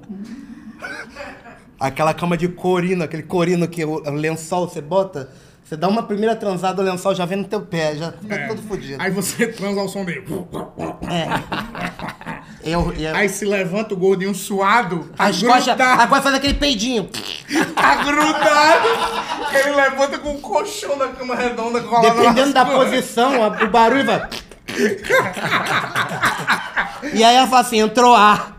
D: Aquela cama de corino, aquele corino que o o lençol você bota, você dá uma primeira transada, o lençol já vem no teu pé, já fica todo fodido.
A: Aí você transa ao som dele.
D: Eu, eu,
A: Aí se levanta o gordinho suado, tá
D: as costas,
A: grudado,
D: agora faz aquele peidinho.
A: tá grudado. Ele levanta com o colchão da cama redonda colado na
D: Dependendo da
A: sua.
D: posição, a- o barulho vai. e aí ela fala assim, entrou ar.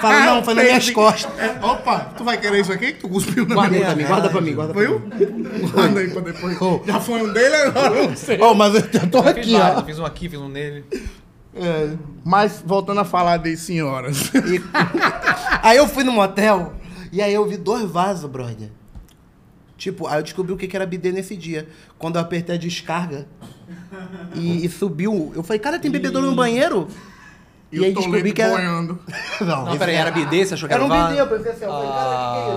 D: Fala, não, foi nas minhas costas.
A: um É, opa, tu vai querer isso aqui? Tu cuspiu na
D: Guarda
A: minha
D: pra mim, guarda pra mim, guarda pra mim.
A: Viu? Manda aí pra depois. Já foi um dele, agora não sei.
D: Ó, mas eu tô
C: Fiz
D: aqui,
C: vários,
D: ó.
C: Fiz um aqui, fiz um nele.
A: É, mas voltando a falar de senhoras.
D: Aí eu fui no motel e aí eu vi dois vasos, brother. Tipo, aí eu descobri o que que era bidê nesse dia. Quando eu apertei a descarga e, e subiu. Eu falei, cara, tem bebedouro no banheiro? E, aí descobri que era.
A: boiando.
D: Não,
C: Não,
D: esse
C: peraí, era bidê, você achou que
D: Era
C: era Ah,
D: um
C: vá?
D: bidê, eu pensei assim, eu falei, cara, o que, que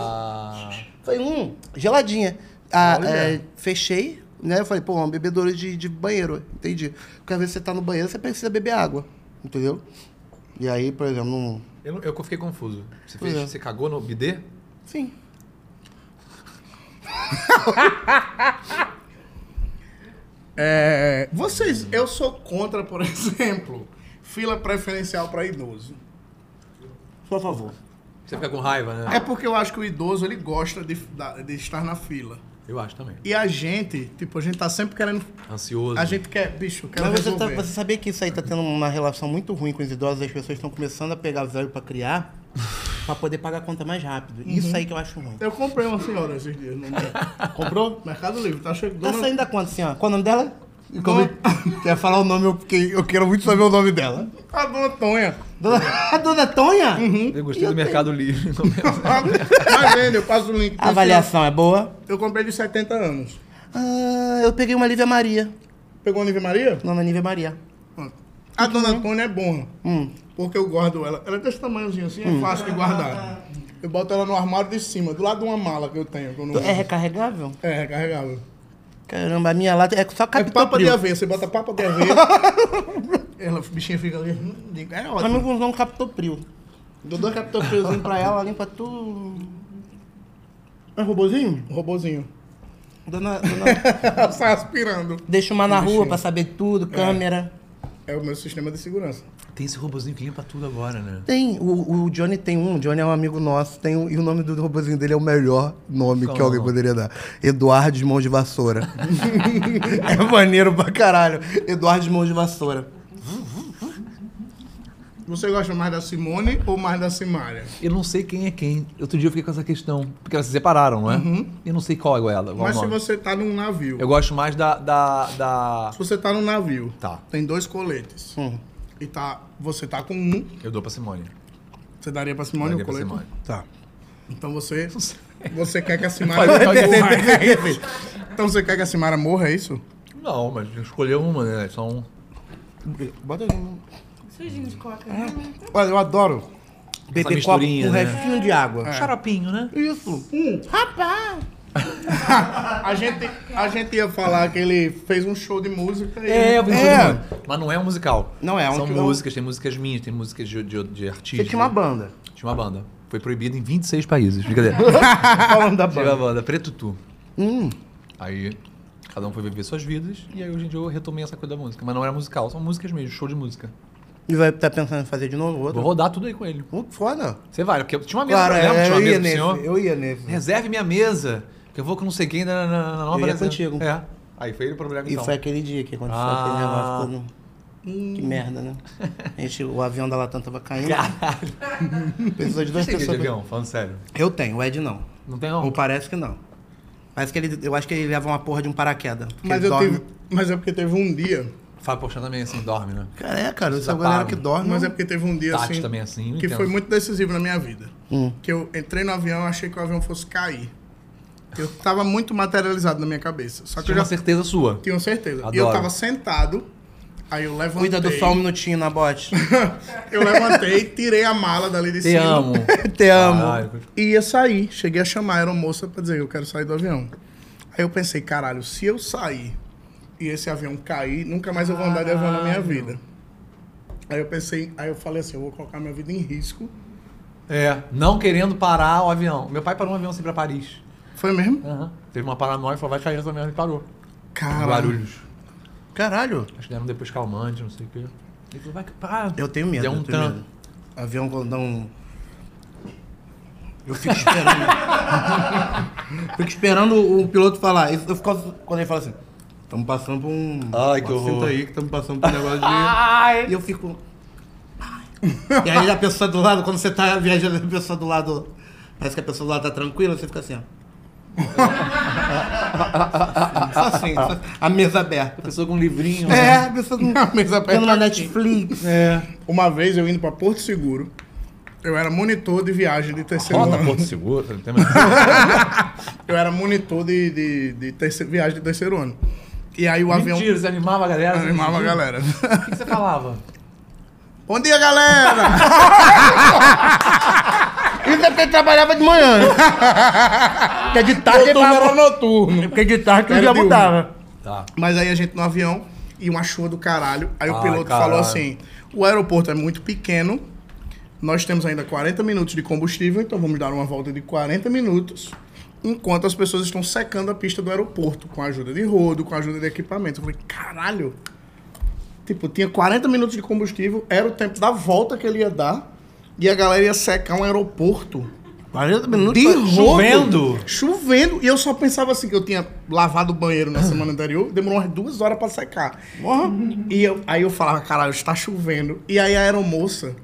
D: é isso? Falei, hum, geladinha. Ah, é, fechei, né? Eu falei, pô, é um bebedouro de, de banheiro, entendi. Porque às vezes você tá no banheiro, você precisa beber água, entendeu? E aí, por exemplo, não.
C: Eu, não- eu fiquei confuso. Você,
D: Pois
C: fez,
D: é.
C: você cagou no bidê?
D: Sim.
A: É, vocês, eu sou contra, por exemplo, fila preferencial pra idoso.
D: Por favor.
C: Você fica com raiva, né?
A: É porque eu acho que o idoso ele gosta de, da- de estar na fila.
C: Eu acho também.
A: E a gente, tipo, a gente tá sempre querendo.
C: Ansioso.
A: A gente quer, bicho, quer
D: Mas você, tá-
A: resolver.
D: você sabia que isso aí tá tendo uma relação muito ruim com os idosos, as pessoas estão começando a pegar velho pra criar, pra poder pagar a conta mais rápido. Isso aí que eu acho ruim.
A: Uhum. Eu comprei uma senhora esses dias. No... Comprou? Mercado Livre. Tá chegando.
D: Tá saindo da conta, senhora? Qual o nome dela?
A: Dona-
D: Você ia falar o nome, eu, fiquei- eu quero muito saber o nome dela.
A: A dona Tá Tonha.
D: Dona,
A: É.
D: a dona Tonha?
A: Uhum,
C: Eu gostei do Mercado Livre.
A: Vai vendo, Tá eu passo o link.
D: A avaliação é boa?
A: Eu comprei de 70 anos.
D: Ah, eu peguei uma Lívia Maria.
A: Pegou a Nívia Maria?
D: Não, não é Lívia Maria. Uhum.
A: A dona Tônia é boa.
D: Hum.
A: Porque eu guardo ela. Ela é desse tamanhozinho assim, é fácil de guardar. Eu boto ela no armário de cima, do lado de uma mala que eu tenho. Que eu não
D: É
A: uso.
D: recarregável?
A: é recarregável.
D: Caramba, a minha lá é só
A: É
D: capitão
A: papa de
D: Prio.
A: aveia. Você bota papa de aveia. ela, o bichinho fica ali. hum, digo, É
D: Pra mim,
A: ótimo.
D: usou um capitão Prio.
A: Dou dois capitão friozinho pra
D: Pra
A: ela.
D: ela, limpa tudo...
A: É
D: um
A: robozinho? Robozinho.
D: Dona, dona...
A: Ela sai aspirando.
D: Deixa uma na rua
A: Bichinho.
D: pra saber tudo, câmera.
A: É o meu sistema de segurança.
C: Tem esse robozinho que limpa tudo agora, né?
D: Tem, o, o Johnny tem um, o Johnny é um amigo nosso, tem um, e o nome do robozinho dele é o melhor nome que alguém poderia dar. Eduardo de Mão de Vassoura. é maneiro pra caralho. Eduardo de Mão de Vassoura.
A: Você gosta mais da Simone ou mais da Simária?
C: Eu não sei quem é quem. Outro dia eu fiquei com essa questão. Porque elas se separaram, não é?
D: Uhum.
C: Eu não sei qual é ela. Qual
A: Mas
C: o
A: se
C: nome.
A: você tá num navio.
C: Eu gosto mais da. da, da...
A: Se você tá num navio,
C: Tá. Hum.
A: tem dois coletes. E tá, você tá com um,
C: Eu dou pra Simone.
A: você daria pra Simone
C: Daria
A: o
C: pra
A: colete?
C: Simone.
A: Tá. Então você. Você quer que a Simara
C: Fazer tal de
A: morra. é isso? então você quer que a Simara morra, é isso?
C: Não, mas escolheu uma, né? Só um.
D: Bota É.
L: Sujinho de coca. né?
D: Olha, eu adoro beber copo com
C: misturinha,
D: um
C: né?
D: restinho de água.
C: Xaropinho, né?
D: Isso.
A: A gente, a gente ia falar que ele fez um show de música e.
C: É, eu vi
D: É.
C: tudo. Mas não é um musical.
D: Não é, é um
C: São
D: que-
C: músicas, tem músicas minhas, tem músicas de, de, de artista.
D: Você tinha uma banda.
C: Tinha uma banda. Foi proibido em 26 países. Brincadeira.
D: Falando da
C: Tinha uma
D: banda. Hum.
C: banda, Preto Tu. Aí cada um foi viver suas vidas e aí hoje em dia eu retomei essa coisa da música. Mas não era musical, são músicas mesmo, show de música.
D: E vai estar pensando em fazer de novo
C: Vou
D: outro?
C: rodar tudo aí com ele.
D: Uh, foda.
C: Você vai, porque tinha uma mesa,
D: Claro,
C: lembra?
D: é,
C: Tinha uma
D: eu ia
C: mesa pro
D: nesse.
C: senhor.
D: Eu ia nesse.
C: Reserve minha mesa, que eu vou com não sei quem na, na, na nova
D: Eu ia
C: Brasília.
D: contigo.
C: É. Aí foi ele o problema
D: E
C: então.
D: foi aquele dia que aconteceu
C: Ah. Hum.
D: aquele negócio todo. Que merda, né? A gente, o avião da Latam tava caindo. Precisou de duas
C: Você tem de
D: pessoas. pra-
C: avião, falando sério.
D: Eu tenho, o Ed não.
C: Não tem
D: Ou
C: não?
D: parece que não. Parece que ele. Eu acho que ele leva uma porra de um paraquedas. porque
A: Mas,
D: ele
A: eu
D: dorme.
C: né?
A: teve, mas é porque teve um dia.
C: Fábio Porchat também assim, dorme, né?
D: Cara, é, cara, essa
C: Desapago.
D: galera que dorme.
A: Mas
D: Mas
A: é porque teve um dia
C: Tati
A: assim.
C: também assim,
A: Que
C: entendo.
A: foi muito decisivo na minha vida.
B: Hum.
A: Que eu entrei no avião e achei que o avião fosse cair. Eu tava muito materializado na minha cabeça. Só que
C: Tinha
A: eu já
C: uma certeza sua.
A: Tenho certeza. E
C: Adoro.
A: eu tava sentado, Aí eu levantei.
B: Cuida do só um minutinho na bote.
A: Eu levantei, tirei a mala dali de
C: Te
A: cima.
C: amo.
B: Te amo.
C: Caralho.
A: E ia sair. Cheguei a chamar a aeromoça pra dizer, eu quero sair do avião. Aí eu pensei, caralho, se eu sair e esse avião cair, nunca mais eu vou andar de avião na minha vida. Aí eu pensei, aí eu falei assim, eu vou colocar minha vida em risco.
C: É, não querendo parar o avião. Meu pai parou um avião assim pra Paris.
A: Foi mesmo?
C: Aham. Teve uma paranoia e falou, vai cair essa merda e parou.
A: Caralho.
C: Barulhos.
B: Caralho.
C: Acho que deram depois calmante, não sei o quê. Ele falou, vai que para.
B: Eu tenho medo.
C: Deu um
B: eu tenho
C: tan.
B: medo. Avião quando dá um. Eu fico esperando. fico esperando o piloto falar. Eu, eu fico, quando ele fala assim, estamos passando por um.
C: Ai, que
B: Ó,
C: horror.
B: Senta aí que estamos passando por um negócio de. E eu fico. ai. E aí a pessoa do lado, quando você tá viajando, a pessoa do lado. Parece que a pessoa do lado tá tranquila, você fica assim, ó. só assim, só- a mesa aberta.
C: A pessoa com um livrinho. É.
B: É,
C: né?
B: a pessoa não.
A: A mesa aberta
B: Tendo uma
A: aqui.
B: Netflix.
D: É.
A: Uma vez eu indo pra Porto Seguro, eu era monitor de viagem de terceiro
C: Roda
A: ano.
C: Porto Seguro. não tem mais-
A: Eu era monitor de, de, de terceiro- viagem de terceiro ano. E aí o avião
C: Mentira, você animava a galera. você
A: animava a
C: mentira.
A: galera.
C: O que que você falava?
A: Bom dia, galera!
D: Isso é porque ele trabalhava de manhã. né? Porque de tarde ele
A: turno
D: tava...
A: Então noturno.
D: Porque de tarde ele
A: Era
D: já
A: de
D: mudava.
C: Tá.
A: Mas aí a gente no avião e uma chuva do caralho. Aí o
C: Ai,
A: piloto
C: caralho.
A: falou assim: o aeroporto é muito pequeno, nós temos ainda 40 minutos de combustível, então vamos dar uma volta de 40 minutos. Enquanto as pessoas estão secando a pista do aeroporto, com a ajuda de rodo, com a ajuda de equipamento. Eu falei, caralho! Tipo, tinha 40 minutos de combustível, era o tempo da volta que ele ia dar, e a galera ia secar um aeroporto
B: 40 minutos. tá
A: de rodo.
C: Tá Chovendo?
A: Chovendo. E eu só pensava assim, que eu tinha lavado o banheiro na semana anterior. Demorou umas duas horas pra secar. E eu- aí eu falava, caralho, está chovendo. E aí a aeromoça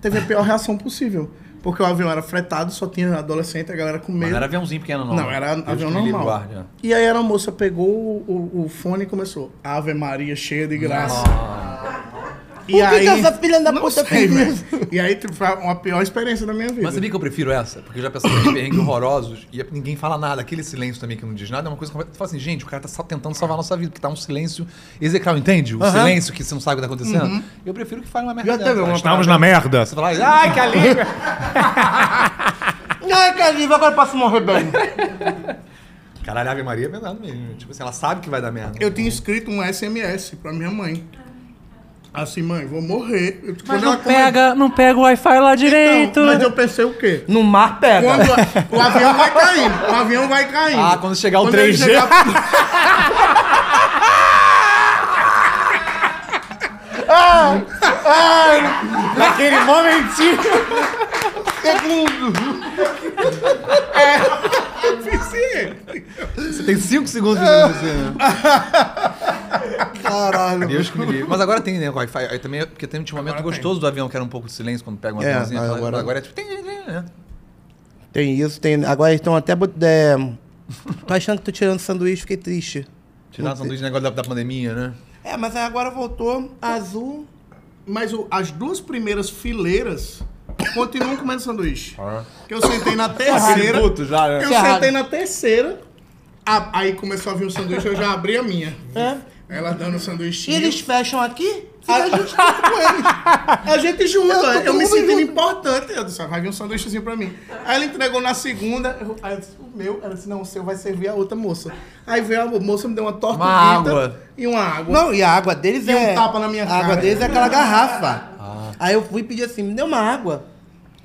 A: teve a pior reação possível. Porque o avião era fretado, só tinha adolescente, a galera com medo.
C: Mas era aviãozinho pequeno, não.
A: Não, era
C: Deus
A: avião
C: que me livre,
A: normal.
C: guarde, é.
A: E aí a aeromoça pegou o, o- o fone e começou. Ave Maria, cheia de graça. E
D: Por que que essa filha da
A: Não
D: puta
A: sei,
D: fez
A: velho. E aí tipo, foi uma pior experiência da minha vida.
C: Mas sabia que eu prefiro essa? Porque eu já pensei em perrengues horrorosos e ninguém fala nada. Aquele silêncio também que não diz nada é uma coisa que tu fala assim, gente, o cara tá só tentando salvar a nossa vida, porque tá um silêncio execral, entende? O silêncio que você não sabe o que tá acontecendo.
A: Uhum.
C: Eu prefiro que fale uma merda.
B: Já teve
C: dessa.
B: uma
F: Estávamos na merda.
C: Você fala, ai, que alívio!
B: Ai, Caliva, agora eu posso morrer bem.
C: Caralho, a Ave Maria é verdade mesmo. Tipo assim, ela sabe que vai dar merda.
A: Eu tinha escrito um SMS pra minha mãe. Assim, mãe, vou morrer. Eu-
E: Mas
A: quando ela
E: não
A: come-
E: pega, não pega o Wi-Fi lá direito.
B: Então,
A: Não, mas eu pensei o quê?
B: No mar pega.
A: Quando a- o avião vai caindo, o avião vai caindo.
C: Ah, quando chegar o
A: ele
C: 3G.
D: Naquele momentinho.
A: Eficiente.
C: Você tem 5 segundos
A: É.
C: de você, né?
B: Caralho.
C: Deus que me livre. Mas agora tem, né, o Wi-Fi. Aí também, porque também tinha um momento gostoso do avião, que era um pouco de silêncio quando pega um
B: É,
C: aviãozinho.
B: agora-
C: Agora... é tipo... tem, tem, tem, né?
B: Tem isso, tem. Agora eles estão até. bot- É... Tô achando que tô tirando sanduíche, fiquei triste.
C: Tirar o sanduíche negócio da, da pandemia, né?
B: É, mas aí agora voltou azul.
A: Mas o- as duas primeiras fileiras continuam comendo sanduíche. Que eu sentei na terceira.
C: Puto já, né?
A: Eu sentei na terceira. a- aí começou a vir o sanduíche, eu já abri a minha.
E: É.
A: Ela dando o sanduíche.
B: E eles fecham aqui?
A: A gente junto com eles. A gente junto. é.
B: Eu tô
A: Eu,
B: todo
A: me
B: mundo
A: sentindo
B: junto.
A: importante. Eu disse, ah, vai vir um sanduíchezinho pra mim. Aí ela entregou na segunda. eu- aí eu disse, o meu. Ela disse, não, o seu vai servir a outra moça. Aí veio a moça, me deu uma torta
C: Uma
A: frita
C: água.
A: e uma água.
B: Não, e a água deles
A: Deu um
B: é.
A: tapa na minha
B: a
A: cara.
B: água deles é aquela garrafa. Aí eu fui pedir assim, me deu uma água.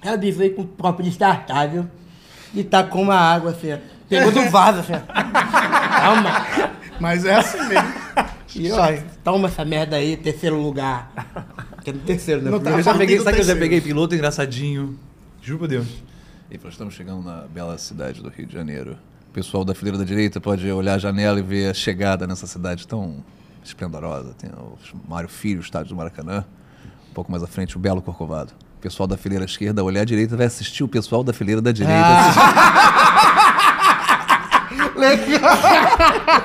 D: Ela me veio com um copo
B: tá,
D: descartável e tacou uma água assim. ó. Pegou do vaso assim. ó. Calma.
A: Mas é assim mesmo.
D: E ó, toma essa merda aí, terceiro lugar.
B: Que é no terceiro, né?
A: Não
B: Primeiro-
C: Eu já
A: A
C: peguei,
A: partir do
C: sabe que eu já
A: terceiro.
C: peguei piloto engraçadinho? Juro por Deus.
M: Ele falou, estamos chegando na bela cidade do Rio de Janeiro. O pessoal da fileira da direita pode olhar a janela e ver a chegada nessa cidade tão esplendorosa. Tem o Mário Filho, o estádio do Maracanã. Um pouco mais à frente, o Belo Corcovado. O pessoal da fileira esquerda olhar à direita vai assistir o pessoal da fileira da direita.
A: Ah!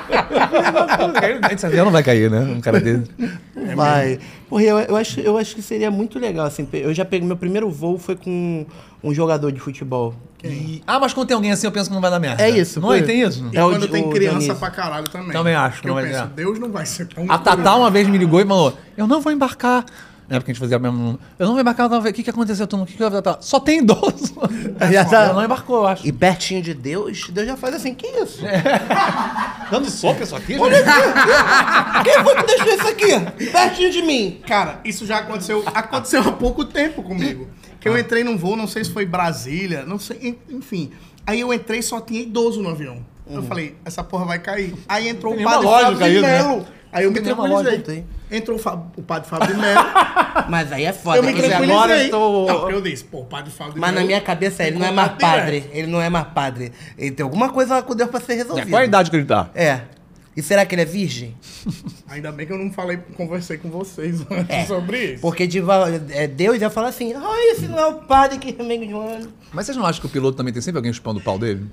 C: Esse avião não vai cair, né? Um cara dele.
B: É Vai. Porra, eu, eu acho, eu acho que seria muito legal, assim. pe- Eu já peguei. Meu primeiro voo foi com um jogador de futebol,
C: E- ah, mas quando tem alguém assim, eu penso que não vai dar merda.
B: É isso,
C: Não
B: foi.
C: é? Tem isso?
A: E
B: É o
A: quando
B: de-
A: tem
B: o
A: criança
B: Dionísio.
A: pra caralho também.
C: Também acho que
A: Que
C: não
A: eu
C: vai
A: penso,
C: dar.
A: Deus não vai ser tão
C: A Tatá é
A: cruel.
C: uma vez me ligou e falou: Eu não vou embarcar. Na época a gente fazia mesmo. Eu não vou embarcar, não, o que, que aconteceu, turma? O que, que vai Tatá? Só tem idoso. É,
B: Já tá-
C: Ela não embarcou, eu acho.
B: E pertinho de Deus, Deus já faz assim, que isso?
C: Dando sopa isso aqui,
B: Olha aqui, quem foi que deixou isso aqui? Pertinho de mim.
A: Cara, isso já aconteceu. Aconteceu há pouco tempo comigo. Que eu entrei num voo, não sei se foi Brasília, não sei, en- enfim. Aí eu entrei e só tinha idoso no avião. Eu falei, essa porra vai cair. Aí entrou o
C: nenhuma
A: padre
C: lógica
A: Fábio de
C: isso, né?
A: Melo. Aí eu me
C: Não tem nenhuma lógica,
A: tranquilizei.
C: não
A: Entrou o, Fá- o padre Fábio de Melo.
B: Mas aí é
A: eu
B: foda.
A: me
B: quer dizer,
A: tranquilizei.
B: agora-
C: estou-
A: Não, eu disse, pô, o padre Fábio de
B: Mas na
A: Melo-
B: minha cabeça ele não é mais padre. Ele não é mais padre. Ele tem alguma coisa lá com Deus pra ser resolvida.
F: Qual a idade que ele tá?
B: É. E será que ele é virgem?
A: Ainda bem que eu não falei, conversei com vocês antes sobre isso.
B: Porque de va- é, Deus já fala assim, ah, esse não é o padre que remega de mano.
C: Mas vocês não acham que o piloto também tem sempre alguém chupando o pau dele?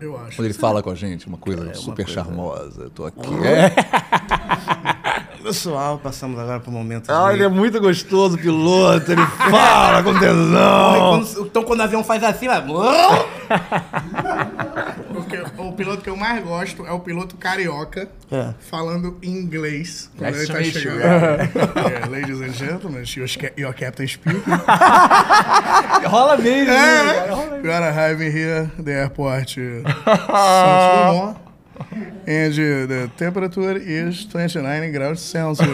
A: Eu acho.
C: Quando ele fala com a gente, É, uma coisa Uhum. super charmosa. Eu tô aqui. É.
B: Pessoal, passamos agora pro momento.
C: Ah, ele é muito gostoso, o piloto. Ele fala com tesão.
B: Quando- Então quando o avião faz assim, vai.
A: Porque o piloto que eu mais gosto é o piloto carioca, falando em inglês. Quando
C: Nice
A: ele
C: to
A: tá
C: meet you.
A: chegando. É, ladies and gentlemen, your, ca- your captain speaking.
C: é Rola mesmo. né,
A: You are arriving here, the airport uh, Santos Dumont. And uh, the temperature is 29 graus Celsius.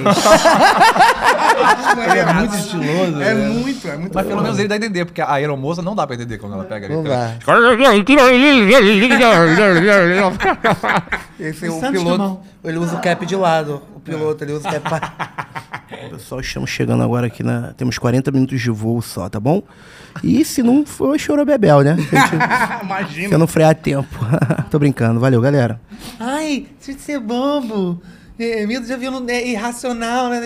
A: Ele é muito estiloso. É muito, é muito.
C: Mas pelo menos ele dá a entender, porque a aeromoça não dá pra entender quando ela pega. Não
B: dá. Esse é o piloto, ele usa o cap de lado. O piloto, ele usa o cap pra... Pessoal, estamos chegando agora aqui na... Temos 40 minutos de voo só, tá bom? E se não for, chorou Bebel, né? Se a gente- Se
A: Imagina.
B: eu não frear a tempo. Tô brincando, valeu, galera. Ai, deixa de ser bobo. medo de avião é irracional, né?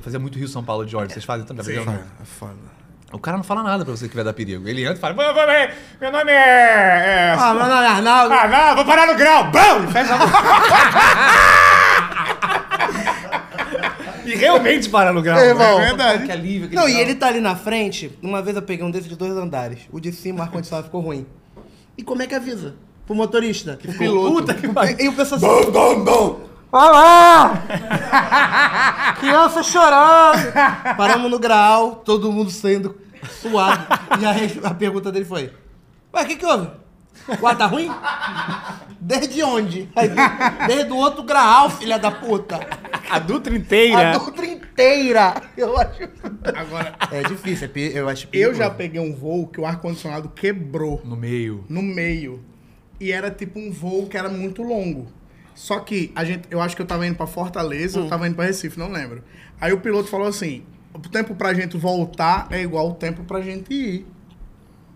C: Fazia muito Rio São Paulo de ônibus. Vocês fazem também? avião?
B: É foda.
C: O cara não fala nada pra você que vai dar perigo. Ele entra e fala: "Vai, vai, vai."
F: Meu nome é. é-
B: Ah, meu nome é Arnaldo.
F: Ah, não, vou parar no grau! Bum! E fecha a boca. E realmente parar no grau.
B: É,
F: né?
B: irmão.
A: verdade.
C: Que alívio. que
B: Não, e
C: legal.
B: ele tá ali na frente. Uma vez eu peguei um desses de dois andares. O de cima, o ar-condicionado ficou ruim. E como é que avisa? Pro motorista. Que piloto. Puta que pariu. E o pessoal assim... Bom, bom, bom. Olha lá! Criança chorando. Paramos no grau, todo mundo saindo suado. E aí a pergunta dele foi... Ué, o que que houve? O ar tá ruim? Desde onde? Aí, Desde o outro graal, filha da puta.
F: A Dutra
B: A
F: inteira.
B: doutra inteira. Eu acho...
A: Agora,
B: É difícil, é pe- eu acho
A: eu
B: perigoso.
A: já peguei um voo que o ar-condicionado quebrou.
C: No meio.
A: no meio. E era tipo um voo que era muito longo. Só que a gente, eu acho que eu tava indo pra Fortaleza,
C: Hum.
A: eu tava indo pra Recife, não lembro. Aí o piloto falou assim: o tempo pra gente voltar é igual o tempo pra gente ir.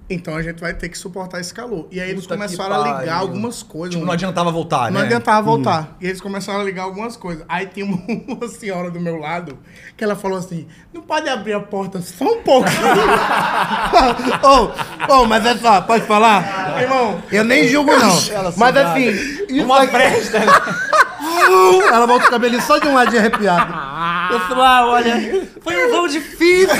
A: Então a gente vai ter que suportar esse calor. E aí eles
C: Puta que
A: começaram a ligar
C: pariu.
A: algumas coisas.
C: Tipo,
A: um-
C: não adiantava voltar,
A: não
C: né?
A: adiantava voltar. E eles começaram a ligar algumas coisas. Aí tinha uma, uma senhora do meu lado que ela falou assim: não pode abrir a porta só um pouquinho.
B: Ô, ô, mas é só, pode falar?
A: Irmão,
B: Eu nem julgo, não. Mas assim, isso
F: Uma fresta.
B: ela volta o cabelo só de um ladinho arrepiado. Pessoal, olha, foi um voo difícil.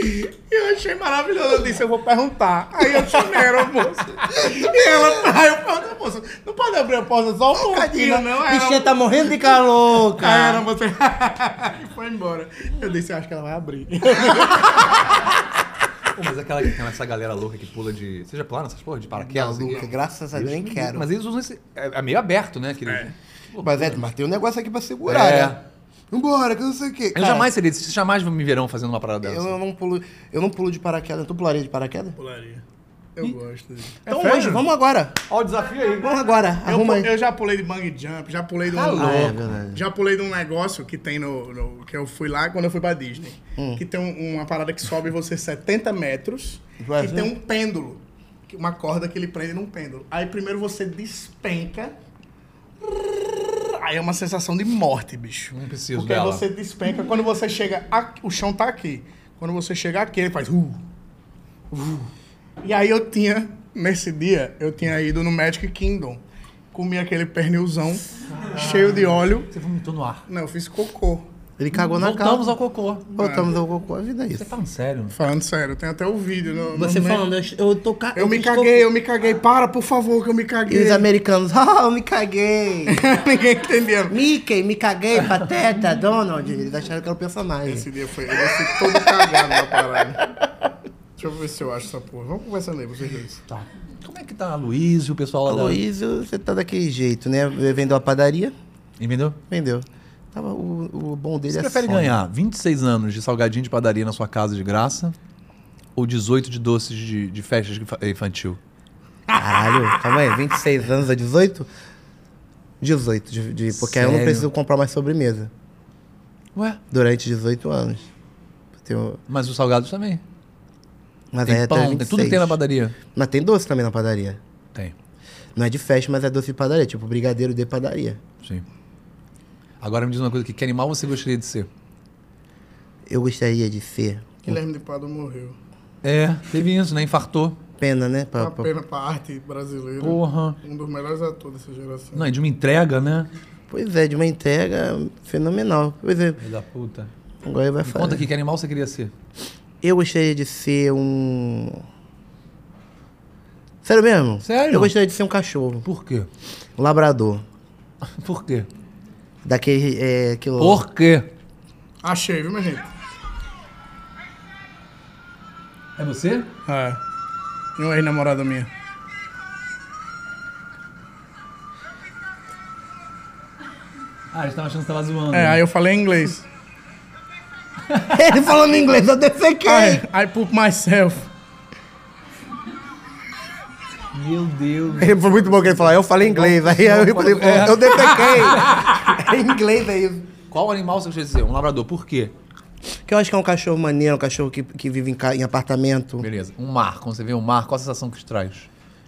A: E eu achei maravilhoso. Eu disse, eu vou perguntar. Aí eu chamei a moça. E ela, aí eu perguntei, moça, não pode abrir a porta só um pouquinho, não? um- Ah, Aí
B: né? Bichinha
A: ela,
B: tá morrendo de calor,
A: aí ela
B: cara.
A: moça, e foi embora. Eu disse, eu acho que ela vai abrir.
C: Pô, mas aquela que tem essa galera louca que pula de. Vocês já pularam essas porra de paraquedas?
B: Maluca, graças a Deus, nem quero.
C: Mas eles usam esse. É é meio aberto, né? Aquele...
B: Mas é, mas tem um negócio aqui pra segurar,
C: É.
B: né? Vambora, que eu não sei o quê.
C: Eu
B: Cara,
C: jamais seria. Vocês jamais me verão fazendo uma parada dessa.
B: Eu não pulo, eu não pulo de paraquedas, tu pularia de paraquedas?
A: Pularia. Eu gosto. disso.
B: Então
A: sério?
B: hoje, vamos agora.
F: Olha o desafio aí.
B: Vamos agora,
A: Eu,
B: arruma aí.
A: eu já pulei de bang jump, já pulei de um.
B: louco. Ah, é verdade.
A: já pulei de um negócio que tem no, no- Que eu fui lá quando eu fui pra Disney.
B: Hum.
A: Que tem um- uma parada que sobe você 70 metros
B: Vai
A: e
B: ver?
A: tem um pêndulo. que- Uma corda que ele prende num pêndulo. Aí primeiro você despenca. Aí é uma sensação de morte, bicho.
C: Não preciso
A: Porque
C: dela.
A: você despenca. Quando você chega. Aqui, o chão tá aqui. Quando você chega aqui, ele faz. Uh, uh. E aí eu tinha. Nesse dia, eu tinha ido no Magic Kingdom. Comi aquele pernilzão cheio de óleo.
C: Você vomitou no ar.
A: Não, eu fiz cocô.
D: Ele cagou na capa.
N: Voltamos ao cocô.
D: Voltamos ao cocô. A vida é isso.
C: tá Falando sério.
A: Falando sério, tem até o vídeo. No, no
B: Você
A: meio.
B: falando, eu, eu tô ca-
A: Eu me
B: fiz
A: caguei, eu me caguei. Para, por favor, que eu me
D: E
A: caguei.
D: os americanos, ah, eu me caguei.
A: Ninguém entendendo.
D: Mickey, me caguei, Pateta, Donald. Eles acharam que era o personagem.
A: Esse dia foi. Eu fui todo cagado na parada. Deixa eu ver se eu acho essa porra. Vamos conversando aí, vocês dois.
C: Como é que tá a Luiz e o pessoal lá da...
D: Aloysio, você tá daquele jeito, né? Vendeu a padaria,
C: Entendeu?
D: vendeu. Tava, o, o bom dele
C: Você
D: é
C: prefere
D: sono.
C: ganhar 26 anos de salgadinho de padaria na sua casa de graça ou 18 de doces de, de festas infa- infantil?
D: Caralho, calma aí, 26 anos a 18? 18, de, de- porque aí eu não
C: Sério?
D: preciso comprar mais sobremesa
C: Ué,
D: durante 18 anos. Eu tenho-
C: mas os salgados também.
D: mas aí
C: Tem
D: é até
C: pão, tem
D: 26.
C: tudo que tem na padaria.
D: Mas tem doce também na padaria.
C: Tem,
D: Não é de festa, mas é doce de padaria, tipo brigadeiro de padaria.
C: sim. Agora me diz uma coisa aqui, que animal você gostaria de ser?
D: Eu gostaria de ser.
A: Guilherme de Pado morreu. É
C: É, teve isso, né? Infartou.
D: Pena, né? Pra,
A: Uma
D: pra-
A: pena pra arte brasileira.
C: Porra.
A: Um dos melhores atores dessa geração.
C: Não, é de uma entrega, né?
D: Pois é, de uma entrega fenomenal. Pois é,
C: Filho da puta. Me
D: agora vai falar.
C: conta aqui, que animal você queria ser?
D: Eu gostaria de ser um. Sério mesmo?
C: Sério?
D: Eu gostaria de ser um cachorro.
C: Por quê?
D: Um labrador.
C: Por quê?
D: Daquele. É, aquilo...
C: Por quê?
A: Achei, viu, minha gente?
C: É você?
A: É. E uma ex-namorada minha.
C: Ah, eles estavam achando que você tava zoando.
A: É, aí eu falei em inglês.
D: Ele falando inglês, eu
C: Ah, é.
D: defequei.
A: I, I poop myself.
C: Meu Deus.
D: Ele foi muito bom que ele falou, eu falei inglês. Aí eu, falei, pô, eu defequei. é inglês aí.
C: Qual animal você gostaria de ser? Um labrador. Por quê?
D: Que eu acho que é um cachorro maneiro, um cachorro que, que vive em, ca- em apartamento.
C: Beleza. Um mar. Quando você vê um mar, qual a sensação que te traz?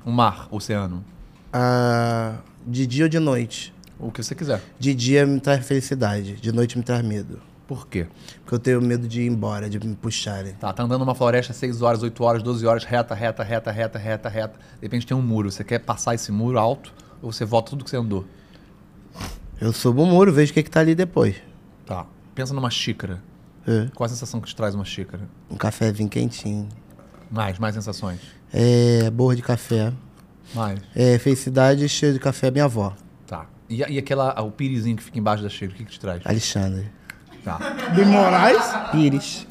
C: Um mar, oceano.
D: Ah, de dia ou de noite?
C: O que você quiser.
D: De dia me traz felicidade, de noite me traz medo.
C: Por quê?
D: Porque eu tenho medo de ir embora, de me puxarem.
C: Tá, tá andando numa floresta 6 horas, 8 horas, 12 horas, reta, reta, reta, reta, reta, reta. De repente tem um muro. Você quer passar esse muro alto ou você volta tudo que você andou?
D: Eu subo o muro, vejo o que, que tá ali depois.
C: Tá. Pensa numa xícara.
D: É.
C: Qual a sensação que te traz uma xícara?
D: Um cafezinho quentinho.
C: Mais, mais sensações.
D: É, borra de café.
C: Mais.
D: É, felicidade cheiro de café, é minha avó.
C: Tá. E, a- e aquela, o pirizinho que fica embaixo da xícara, o que, que te traz?
D: Alexandre.
C: Tá.
A: De Moraes?
D: Pires.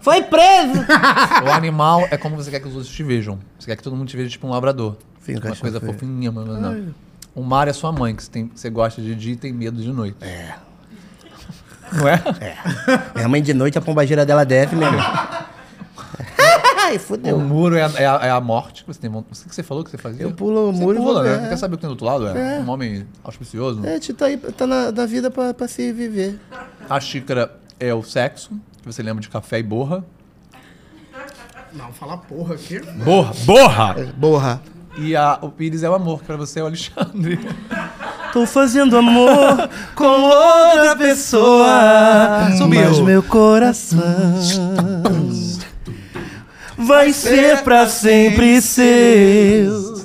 B: Foi preso!
C: O animal é como você quer que os outros te vejam. Você quer que todo mundo te veja tipo um labrador.
D: Sim,
C: uma
D: cachorro
C: coisa
D: feio.
C: fofinha, mas não. O mar é sua mãe, que você, tem- você gosta de dia e tem medo de noite. É. Não é?
D: Minha mãe de noite, a pombageira dela desce mesmo. Ai,
C: O
D: fodeu.
C: muro é a, é a- é a morte que você tem vontade. O que você falou que você fazia?
D: Eu pulo o muro e
C: Você
D: vou
C: pula,
D: ver,
C: né?
D: é.
C: Quer saber o que tem do outro lado? É. Um homem auspicioso.
D: É, te tá aí, tá na, na vida pra, pra se viver.
C: A xícara é o sexo, que você lembra de café e borra.
A: Não, fala porra aqui.
C: Borra! Borra!
A: É,
D: Borra.
C: E a- o pires é o amor, que pra você é o Alexandre.
D: Tô fazendo amor com outra pessoa.
C: Sumiu.
D: Mas meu coração vai ser pra sempre seu.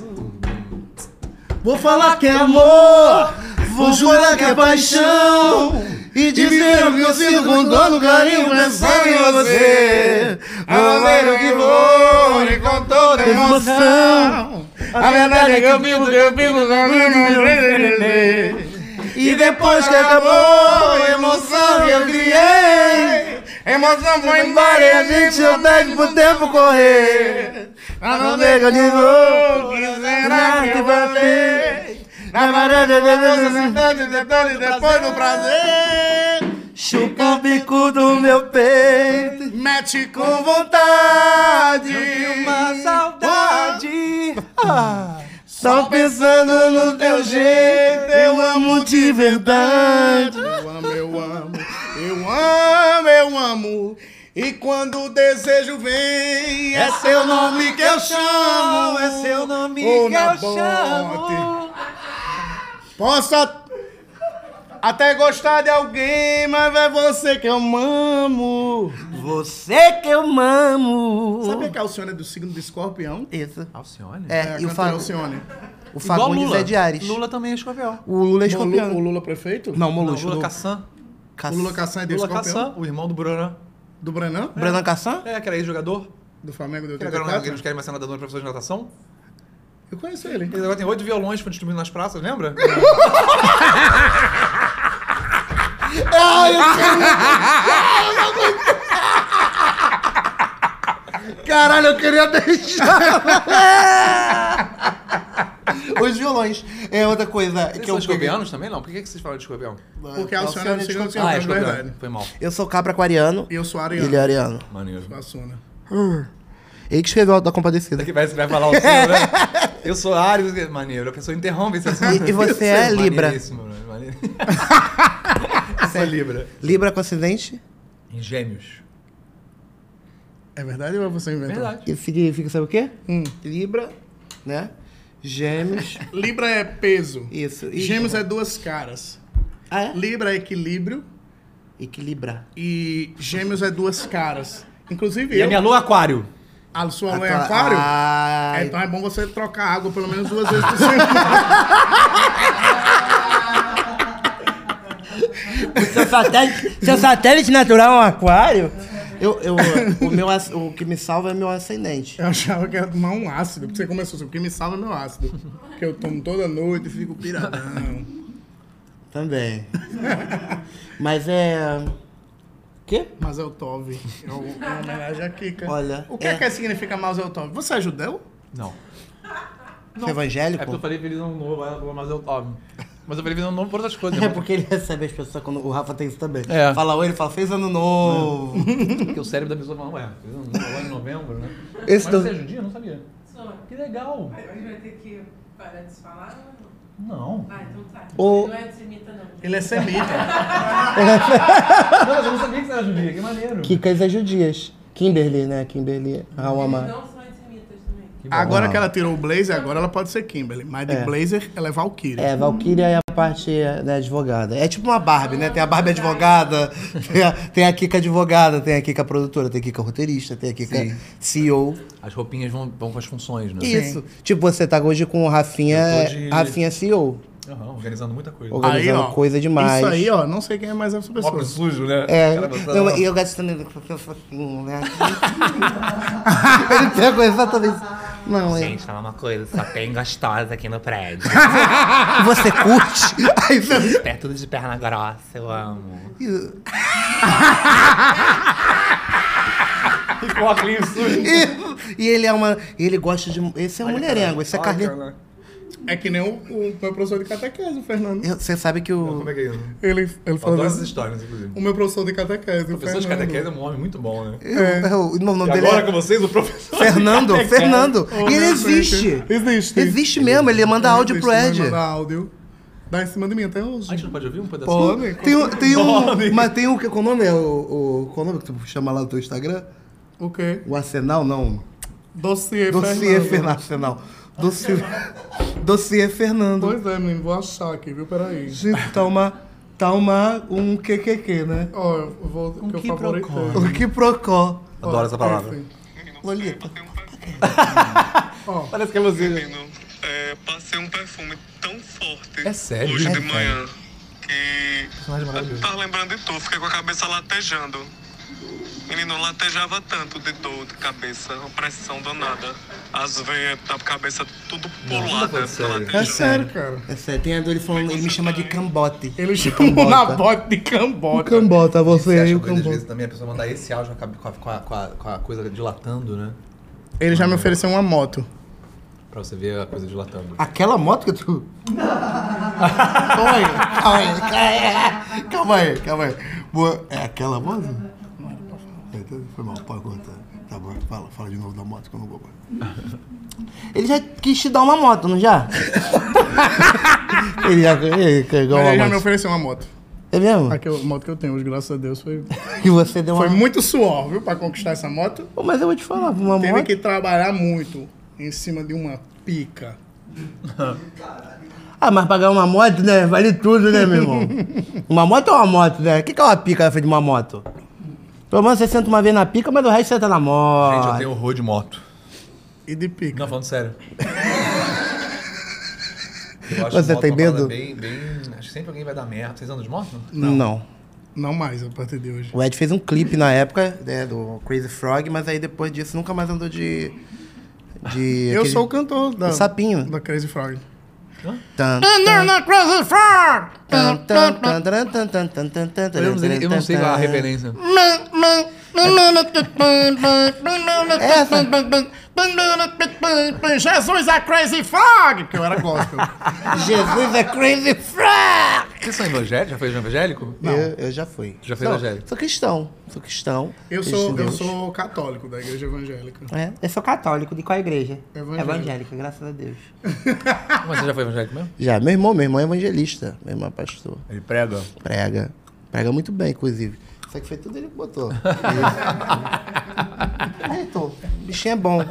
D: Vou falar que é amor, vou jurar que é paixão. E dizer o que eu sinto com todo carinho pensando um em você. Amor que vou, e com toda emoção. A verdade é que eu vivo, que eu vivo, e depois que acabou, a É emoção que eu criei. Emoção foi embora e a gente não pede pro tempo correr. A não pega de novo, que será que vai ter? Na varanda da velocidade, detalhe depois do prazer. Chupa o bico do meu peito, mete com vontade. Uma saudade. Só pensando no teu jeito, eu amo de verdade.
A: Eu amo, eu amo, eu amo, eu amo. E quando o desejo vem, é seu nome que eu chamo, é seu nome que eu chamo. Posso at- até gostar de alguém, mas é você que eu amo.
D: Você que eu amo.
A: Sabia que a Alcione é do signo de escorpião?
D: Isso.
C: Alcione?
D: É,
A: É,
D: e o,
A: cantora
D: Fa-
A: Alcione.
D: o Fagundes é de Ares.
C: Lula também é escorpião.
D: O Lula é
A: O Lula,
D: escorpião.
A: o Lula prefeito?
D: Não,
C: Não,
D: Molucho.
C: Lula
D: Lula.
C: Caçan.
A: O Lula Cassan é desse
C: Lula
A: campeão?
C: Cassan, o irmão do Bruno.
A: Do Branão?
D: Brandon Cassan?
C: É, que era ex-jogador.
A: Do Flamengo do
C: Que
D: é
C: agora não-
A: 84?
C: que eles querem mais ser nadador e professor de natação.
A: Eu conheço ele.
C: Ele agora tem oito violões pra distribuir nas praças, lembra?
D: Caralho, eu queria deixar. Os violões. É outra coisa
C: Vocês
D: que
C: são
D: eu peguei.
C: escobianos também, não? Por que, que vocês falam de escobião?
A: Porque a Alcione é do segundo
D: desconfiado.
A: campeão,
C: Ah,
A: é verdade.
C: Escobiano. Foi mal.
D: Eu sou cabra aquariano.
A: E eu sou Ariano.
D: Ele é ariano.
C: Maneiro.
A: Eu sou Assuna.
D: Ele que escreveu o Auto da Compadecida.
C: Que parece que vai falar o seu, né? Eu sou Ares, maneiro. A pessoa interrompe esse assunto.
D: E- e você é Libra.
C: Maneiríssimo, né? Maneiro. Eu sou Libra.
D: Libra com acidente.
C: Em gêmeos.
A: É verdade ou você inventou?
C: Verdade.
D: Isso significa, sabe o quê?
C: Hum.
D: Libra, né? Gêmeos.
A: Libra é peso.
D: Isso. E-
A: Gêmeos é duas caras.
D: Ah, é?
A: Libra é equilíbrio
D: Equilibrar.
A: e gêmeos é duas caras. Inclusive
O: E
A: eu,
O: a minha lua é aquário.
A: a sua lua é
D: Aqua-
A: aquário,
D: Ah,
A: então é bom você trocar água pelo menos duas vezes por semana.
P: Seu satélite, seu satélite natural é um aquário?
D: Eu, eu, o, meu, as- o que me salva é meu ascendente.
A: Eu achava que era tomar um ácido, porque você começou assim, o que me salva é meu ácido. Que eu tomo toda noite e fico piradão.
D: Também. Mas é. Quê?
A: Mazel Tov. É o- é uma homenagem à Kika.
D: Olha,
A: O que é,
D: é.
A: que significa Mazel Tov? Você é judeu?
C: Não.
D: Você é evangélico?
C: É porque eu falei feliz ano novo, ela falou, mas eu tava. Mas eu falei feliz ano novo por outras coisas.
D: É
C: né?
D: porque ele recebe as pessoas quando o Rafa tem isso também.
C: É.
D: Fala oi, ele fala, fez ano novo.
C: Porque o cérebro da pessoa fala, ué, feliz ano novo agora em novembro, né?
D: Esse
C: mas
D: do-
C: você é judia? Eu Não sabia. Que legal.
E: A gente vai ter que parar de se falar?
C: Não.
E: Ah, então tá.
D: O-
E: Não é antissemita, não.
A: Ele é semita.
C: Não, mas eu não sabia que você era judia. Que maneiro.
D: Kikas é judias. Kimberly, né? Kimberly
E: Eles
D: Rawama.
E: não Então são antissemitas também.
A: agora que ela tirou o blazer, agora ela pode ser Kimberly. Mas de blazer, ela é Valkyrie.
D: É, Valkyria é a parte da advogada. É tipo uma Barbie, né? Tem a Barbie advogada, tem a, tem a Kika advogada, tem a Kika produtora, tem a Kika roteirista, tem a Kika CEO.
C: As roupinhas vão, vão com as funções, né?
D: Isso. É, Tipo, você tá hoje com o Rafinha,
C: Eu
B: é,
C: tô de-
B: assim
D: Rafinha CEO.
C: Aham, organizando muita coisa.
D: Organizando coisa demais.
A: Isso aí, ó, não sei quem é mais essa pessoa.
C: Ah, Óculos sujo, né?
D: É,
C: Cara, você-
D: não, e eu gasto também do assim, né? Ele pegou exatamente isso. Não, é.
J: Gente, fala uma coisa, só tem gostosa aqui no prédio.
D: Você curte? Aí você...
J: É tudo de perna grossa, eu amo.
C: um
O: Com óculos sujo.
D: E, e ele é uma. Ele gosta de. Esse é um mulherengo, esse é carne.
A: É que nem o, o meu professor de catequese, o Fernando.
D: Eu- Você sabe que o.
C: Como é que é isso?
A: Ele, ele
C: Eu
A: falou
C: adoro
A: assim,
C: essas histórias, inclusive.
A: o meu professor de catequese, o
C: Professor de
A: Fernando.
C: catequese é um homem muito bom, né?
D: É, é o não, o nome
C: E
D: dele
C: agora É,
D: é-
C: com vocês, o professor.
D: Fernando, Fernando.
C: um
A: Oh,
D: E ele
A: meu Deus.
D: existe.
A: Existe.
D: Existe mesmo, ele manda áudio pro
A: Ele
D: Ed.
A: manda áudio. Dá em cima de mim até hoje.
C: A gente não pode ouvir um pedacinho?
A: Pode.
D: Tem, um- tem um. Mas tem um. que- Qual o nome é o. o- Qual o nome que tu chama lá no teu Instagram?
A: O quê?
D: O Arsenal, não.
A: Dossiê,
D: Dossiê
A: Fernando.
D: Fernando. Arsenal. Dossiê, Dossiê Fernando.
A: Pois é, menino, vou achar aqui, viu? Peraí.
D: Gente, tá uma. Tá uma. Um QQQ, né?
A: Ó, eu vou. que eu favoritei.
D: O que procó.
C: Adoro essa palavra.
A: Enfim.
D: Lolita.
O: Parece que é você.
Q: Menino, é, passei um perfume tão forte
C: É sério?
Q: hoje
C: É
Q: de
C: sério.
Q: manhã Tá que
C: é
Q: eu tava lembrando de tu, fiquei com a cabeça latejando. Menino, eu latejava tanto de dor de cabeça, uma pressão danada. As veias da cabeça tudo pulada.
C: falando sério.
Q: latejando.
A: É sério, cara.
D: É sério, tem a dor, ele falando, ele me chama de cambote.
A: Ele chamou na bote de cambota.
D: Cambota, é você aí, o
C: coisa, às vezes
D: cambote.
C: também a pessoa mandar esse áudio com a, com a- com a- com a- com a coisa dilatando, né?
A: Ele já me ofereceu uma moto.
C: Pra você ver a coisa dilatando.
D: Aquela moto que tu. calma aí, calma aí, calma aí. Calma aí, calma aí. Boa, É aquela moto? Foi mal, pode contar. Tá bom, fala, fala de novo da moto que eu não vou. Ele já quis te dar uma moto, não já? ele já ele pegou
A: Ele já
D: uma
A: me
D: moto.
A: ofereceu uma moto.
D: É mesmo?
A: A, que eu- a moto que eu tenho hoje, graças a Deus, foi,
D: E você deu uma.
A: foi muito suor, viu? Pra conquistar essa moto.
D: Pô, mas eu vou te falar, uma
A: Teve
D: moto.
A: que trabalhar muito em cima de uma pica.
D: Ah, mas pagar uma moto, né? Vale tudo, né, meu irmão? uma moto é uma moto, né? O que, que é uma pica na frente de uma moto? Pelo menos você senta uma vez na pica, mas o resto você tá na moto.
C: Gente, eu tenho horror de moto.
A: E de pica.
C: Não, falando sério. Eu acho
D: Você
C: moto
D: tem
C: uma parada
D: medo?
C: é Bem, bem... Acho que sempre alguém vai dar merda. Vocês andam de moto?
D: Não.
A: Não mais, a partir de hoje.
B: O Ed fez um clipe na época né, do Crazy Frog, mas aí depois disso nunca mais andou de. de
A: Eu
B: aquele-
A: sou o cantor da,
B: O sapinho.
A: da Crazy Frog.
B: Tan,
E: Andar na Crazy Frog!
B: tan, tan, tan, tan, tan, tan, tan, tan, tan,
C: Eu não sei- eu não sei é a
B: tan.
C: referência.
A: É Jesus é Crazy Frog! Porque eu era gospel.
B: Jesus é Crazy Frog!
C: Vocês são evangélicos? Já fez evangélico?
B: Eu, eu já fui.
C: Já foi
B: Não,
C: evangélico?
B: Sou cristão. Sou cristão.
A: Eu
B: Cristo em
A: sou, eu
B: Deus.
A: sou católico da igreja evangélica.
B: É, eu sou católico. De qual igreja?
A: Evangélico.
B: Evangélica, graças a Deus.
C: Mas você assim, já foi evangélico mesmo?
B: Já, meu irmão, meu irmão é evangelista. Meu irmão é pastor.
C: Ele prega.
B: Prega. Prega muito bem, inclusive. Isso aqui foi tudo ele que botou. Ajeitou. Bichinho é bom.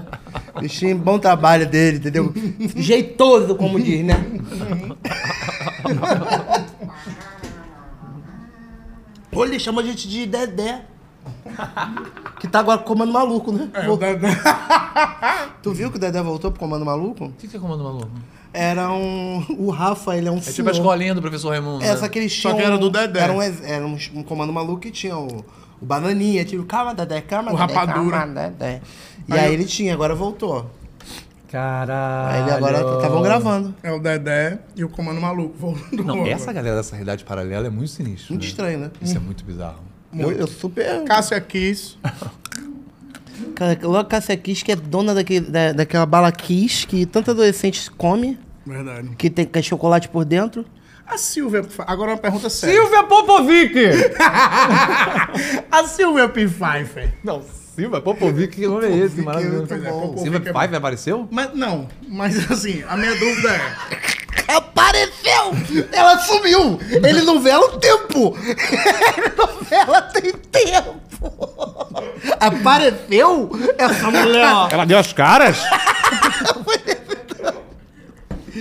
B: Bichinho, bom trabalho dele, entendeu? Jeitoso, como diz, né? Ou ele chama a gente de Dedé. Que tá agora com o comando maluco, né?
A: É,
B: Vol-
A: o da- da-
B: Tu viu que o Dedé voltou pro comando maluco?
C: O que que é comando maluco?
B: Era um. O Rafa, ele é um
C: É tipo a escolinha do professor Raimundo. né?
B: essa que eles
A: né? Só
B: tinham.
A: que era do Dedé.
B: Era um, ex- era um, ch- um comando maluco que tinha o, o Bananinha, tinha o calma, Dedé, calma,
A: O
B: Dedé,
A: Rapadura.
B: calma, Dedé. E
A: Aí
B: aí,
A: eu-
B: ele tinha, agora voltou. Aí
C: Caralho.
B: ele agora estavam gravando.
A: É o Dedé e o Comando Maluco. Voltou
C: Não,
A: agora.
C: essa galera dessa realidade paralela é muito sinistra.
B: Muito estranho, né?
C: Isso é muito bizarro.
B: Eu, eu super.
A: Cássia Kiss.
B: Cara, logo Cássia Kiss, que é dona daquele, da, daquela bala Kiss que tanto adolescente come,
A: Verdade.
B: que tem que é chocolate por dentro.
A: A Silvia. Agora é uma pergunta séria.
F: Silvia Popovic!
A: A Silvia P. Pfeiffer.
F: Não,
C: Silva Popovic, que nome é esse? Maravilhoso.
A: Pois é, Popovic
C: Silva
A: é bom.
C: Paiva apareceu?
A: Mas não, mas assim, a minha dúvida é.
B: Apareceu! Ela sumiu! Ele novela um tempo! Ele novela tem tempo! Apareceu essa mulher! ó.
F: Ela deu as caras?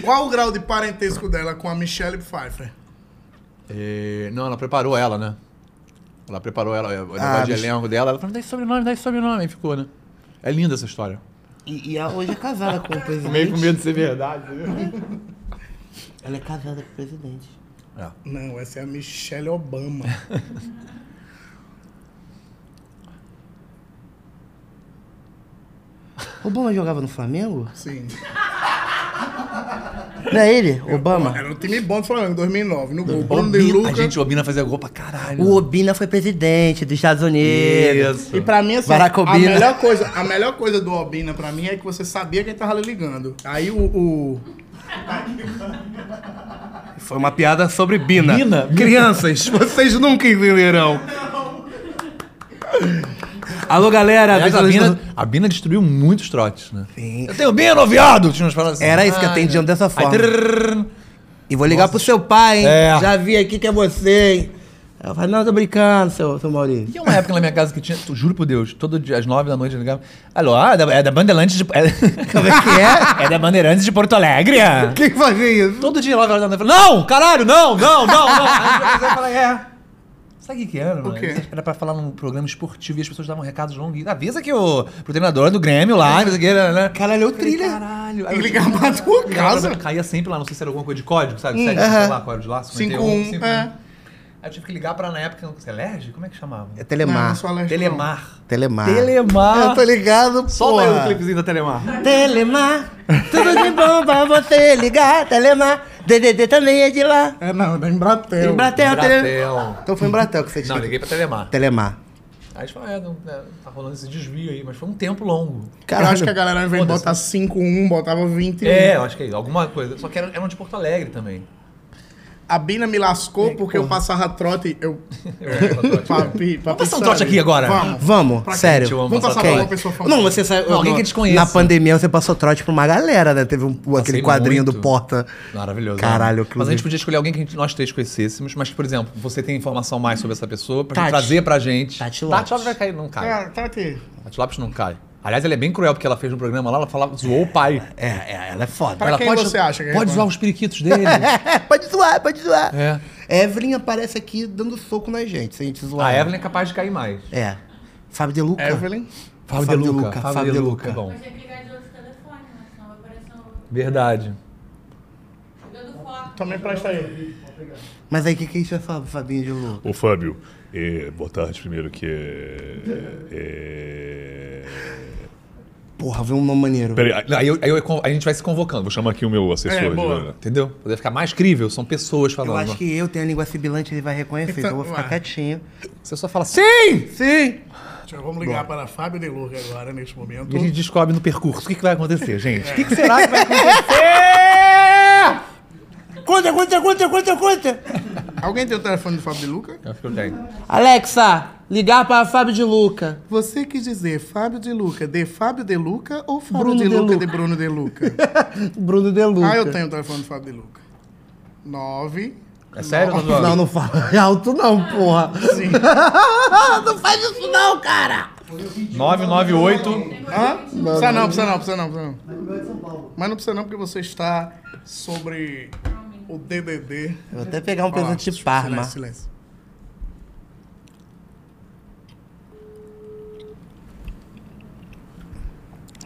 A: Qual o grau de parentesco dela com a Michelle Pfeiffer?
C: É, Não, ela preparou ela, né? Ela preparou ela, o negócio de
B: bicho.
C: elenco dela. Ela falou, dá esse sobrenome, dá esse sobrenome. Aí ficou, né? É linda essa história.
B: E, e ela hoje é casada com o presidente.
F: de ser verdade, né? viu?
B: Ela é casada com o presidente.
A: Não, essa é a Michelle Obama.
B: Obama jogava no Flamengo?
A: Sim.
B: Não é ele? Obama?
A: Era um time bom do Flamengo, em 2009. No gol, Bruno de
C: Obina,
A: Luca.
C: a gente, o Obina fazia gol pra caralho.
B: O Obina foi presidente dos Estados Unidos.
C: Isso.
A: E pra mim, assim,
B: Barack
A: a
B: Obina.
A: melhor, coisa, a melhor coisa do Albina pra mim é que você sabia quem tava lhe ligando. Aí o. o-
B: Foi uma piada sobre Bina.
C: Bina?
B: Crianças, vocês nunca entenderão. Alô, galera.
C: Aliás, a,
B: visualizando-
C: Bina, a Bina destruiu muitos trotes, né?
B: Sim.
C: Eu tenho Bina, ô viado! Tinha umas palavras assim.
B: Era isso que
C: Ai,
B: atendiam dessa
C: Aí,
B: forma. E vou ligar pro seu pai, hein?
C: É.
B: Já vi aqui que é você, hein? Ela fala, não, tô brincando, seu, seu Maurício.
C: E é uma época na minha casa que tinha, tu- juro por Deus, todo dia às nove da noite eu ligava. Alô, ah, é da- é da Bandeirantes de.
B: Como é que é?
C: É, é da Bandeirantes de Porto Alegre.
B: Quem fazia isso?
C: Todo dia 9 horas da noite eu falava, não, caralho, não, não, não, não. Aí eu falei, é. Sabe o que que era, mano?
A: quê?
C: Era pra falar num programa esportivo e as pessoas davam recados longos. Avisa que o pro treinador do Grêmio lá, não sei o que, né?
B: Caralho, eu trilha.
C: Caralho.
A: Tem que ligar pra tua casa.
C: Caía sempre lá, não sei se era alguma coisa de código, sabe? Sete, sei lá, código lá, 51,
A: 51,
C: 51.
A: é.
C: Aí eu tive que ligar pra, na época, não sei, Lerge? Como é que chamava?
B: É
A: Não,
B: Telemar.
A: não sou alérgico, não.
C: Telemar.
B: Telemar.
C: Telemar.
B: Eu tô ligado,
C: Solta aí o
B: porra.
C: clipezinho da Telemar.
B: Telemar, tudo de bom pra você ligar. Telemar, DDD também é de lá.
A: É, não, é da Embratel.
B: Embratel, Telemar.
C: Bratel.
B: Então foi Embratel que você
C: Não,
B: tinha.
C: eu liguei pra Telemar.
B: Telemar.
C: Aí a gente falou, é, não, é, tá rolando esse desvio aí, mas foi um tempo longo.
A: Eu acho que a
B: Caralho.
A: galera, ao invés de botar 5-1, botava um. 20
C: É, eu acho que é alguma coisa. Só que era- eram de Porto Alegre também.
A: A Bina me
C: É,
A: lascou porque eu passava trote. Eu. Papi,
C: Vamos passar um trote aqui agora?
A: Vamos.
B: Vamos, sério.
C: gente, eu amo
A: Vamos passar pra
C: Quem?
A: uma pessoa famosa.
B: Não, você saiu.
C: Não, alguém que desconheça.
B: Na pandemia você passou trote pra uma galera, né? Teve um- aquele quadrinho
C: muito.
B: do Porta.
C: Maravilhoso.
B: Caralho,
C: né?
B: que
C: Mas a gente
B: inclusive-
C: podia escolher alguém que a gente- nós três conhecêssemos, mas, por exemplo, você tem informação mais sobre essa pessoa pra gente
B: Tati.
C: trazer pra gente.
B: Tati Lopes.
C: vai cair, não cai.
A: É, tá aqui.
C: Tati Lopes não cai. Aliás, ela é bem cruel porque ela fez no programa lá, ela falava, zoou o pai.
B: É, é, ela é foda. É,
A: Pra
C: ela
A: quem você acha que é
C: Pode
A: irmã?
C: zoar os periquitos dele.
B: pode zoar, pode zoar.
C: É.
B: Evelyn aparece aqui dando soco na gente, se a gente zoar.
C: a Evelyn é capaz de cair mais.
B: É. Fábio de Luca.
A: Evelyn.
C: Fábio
B: De Luca, Fábio De Luca.
C: Bom,
G: Mas tem que ligar é de outro telefone, né? Senão vai parecer um...
C: verdade.
G: Jogando fora.
A: Também presta aí.
B: Mas aí o que, que é isso, é Fábio, Fabinho de Lu?
C: Ô, Fábio, é, boa tarde primeiro, que é... é...
B: Porra, vê um nome maneiro.
C: Peraí, aí, aí eu- aí eu- aí a gente vai se convocando. Vou chamar aqui o meu assessor.
B: É,
C: de-
B: boa.
C: Entendeu? Poder ficar mais crível, são pessoas falando.
B: Eu acho que eu tenho a língua sibilante, ele vai reconhecer, então eu vou ficar quietinho.
C: Você só fala sim!
B: Sim!
R: Tchau, vamos ligar para Fábio Delurca agora, neste momento. É.
J: E a gente descobre no percurso o que, que vai acontecer, gente. O que, que será?
R: Será
B: que vai
R: acontecer?
B: Conta, conta, conta, conta, conta!
R: Alguém tem o telefone do Fábio de Luca?
J: Eu acho que eu tenho.
S: Alexa, ligar para Fábio de Luca.
R: Você quis dizer Fábio de Luca de Fábio de Luca ou Fábio
S: Bruno
R: de,
S: de
R: Luca
S: Luca.
R: de Bruno de Luca?
B: Bruno De Luca.
R: Ah, eu tenho o telefone do Fábio de Luca. Nove.
J: É sério?
R: Nove.
B: Não, não fala alto não, porra.
R: Sim.
B: não faz isso não, cara!
J: 998.
R: Hã?
B: Não,
R: precisa
B: não. é
R: não, precisa não, precisa não, precisa não. Mas não precisa não, porque você está sobre o DDD.
B: Eu vou até pegar um
R: Ó,
B: presente de Parma.
R: Silêncio, silêncio.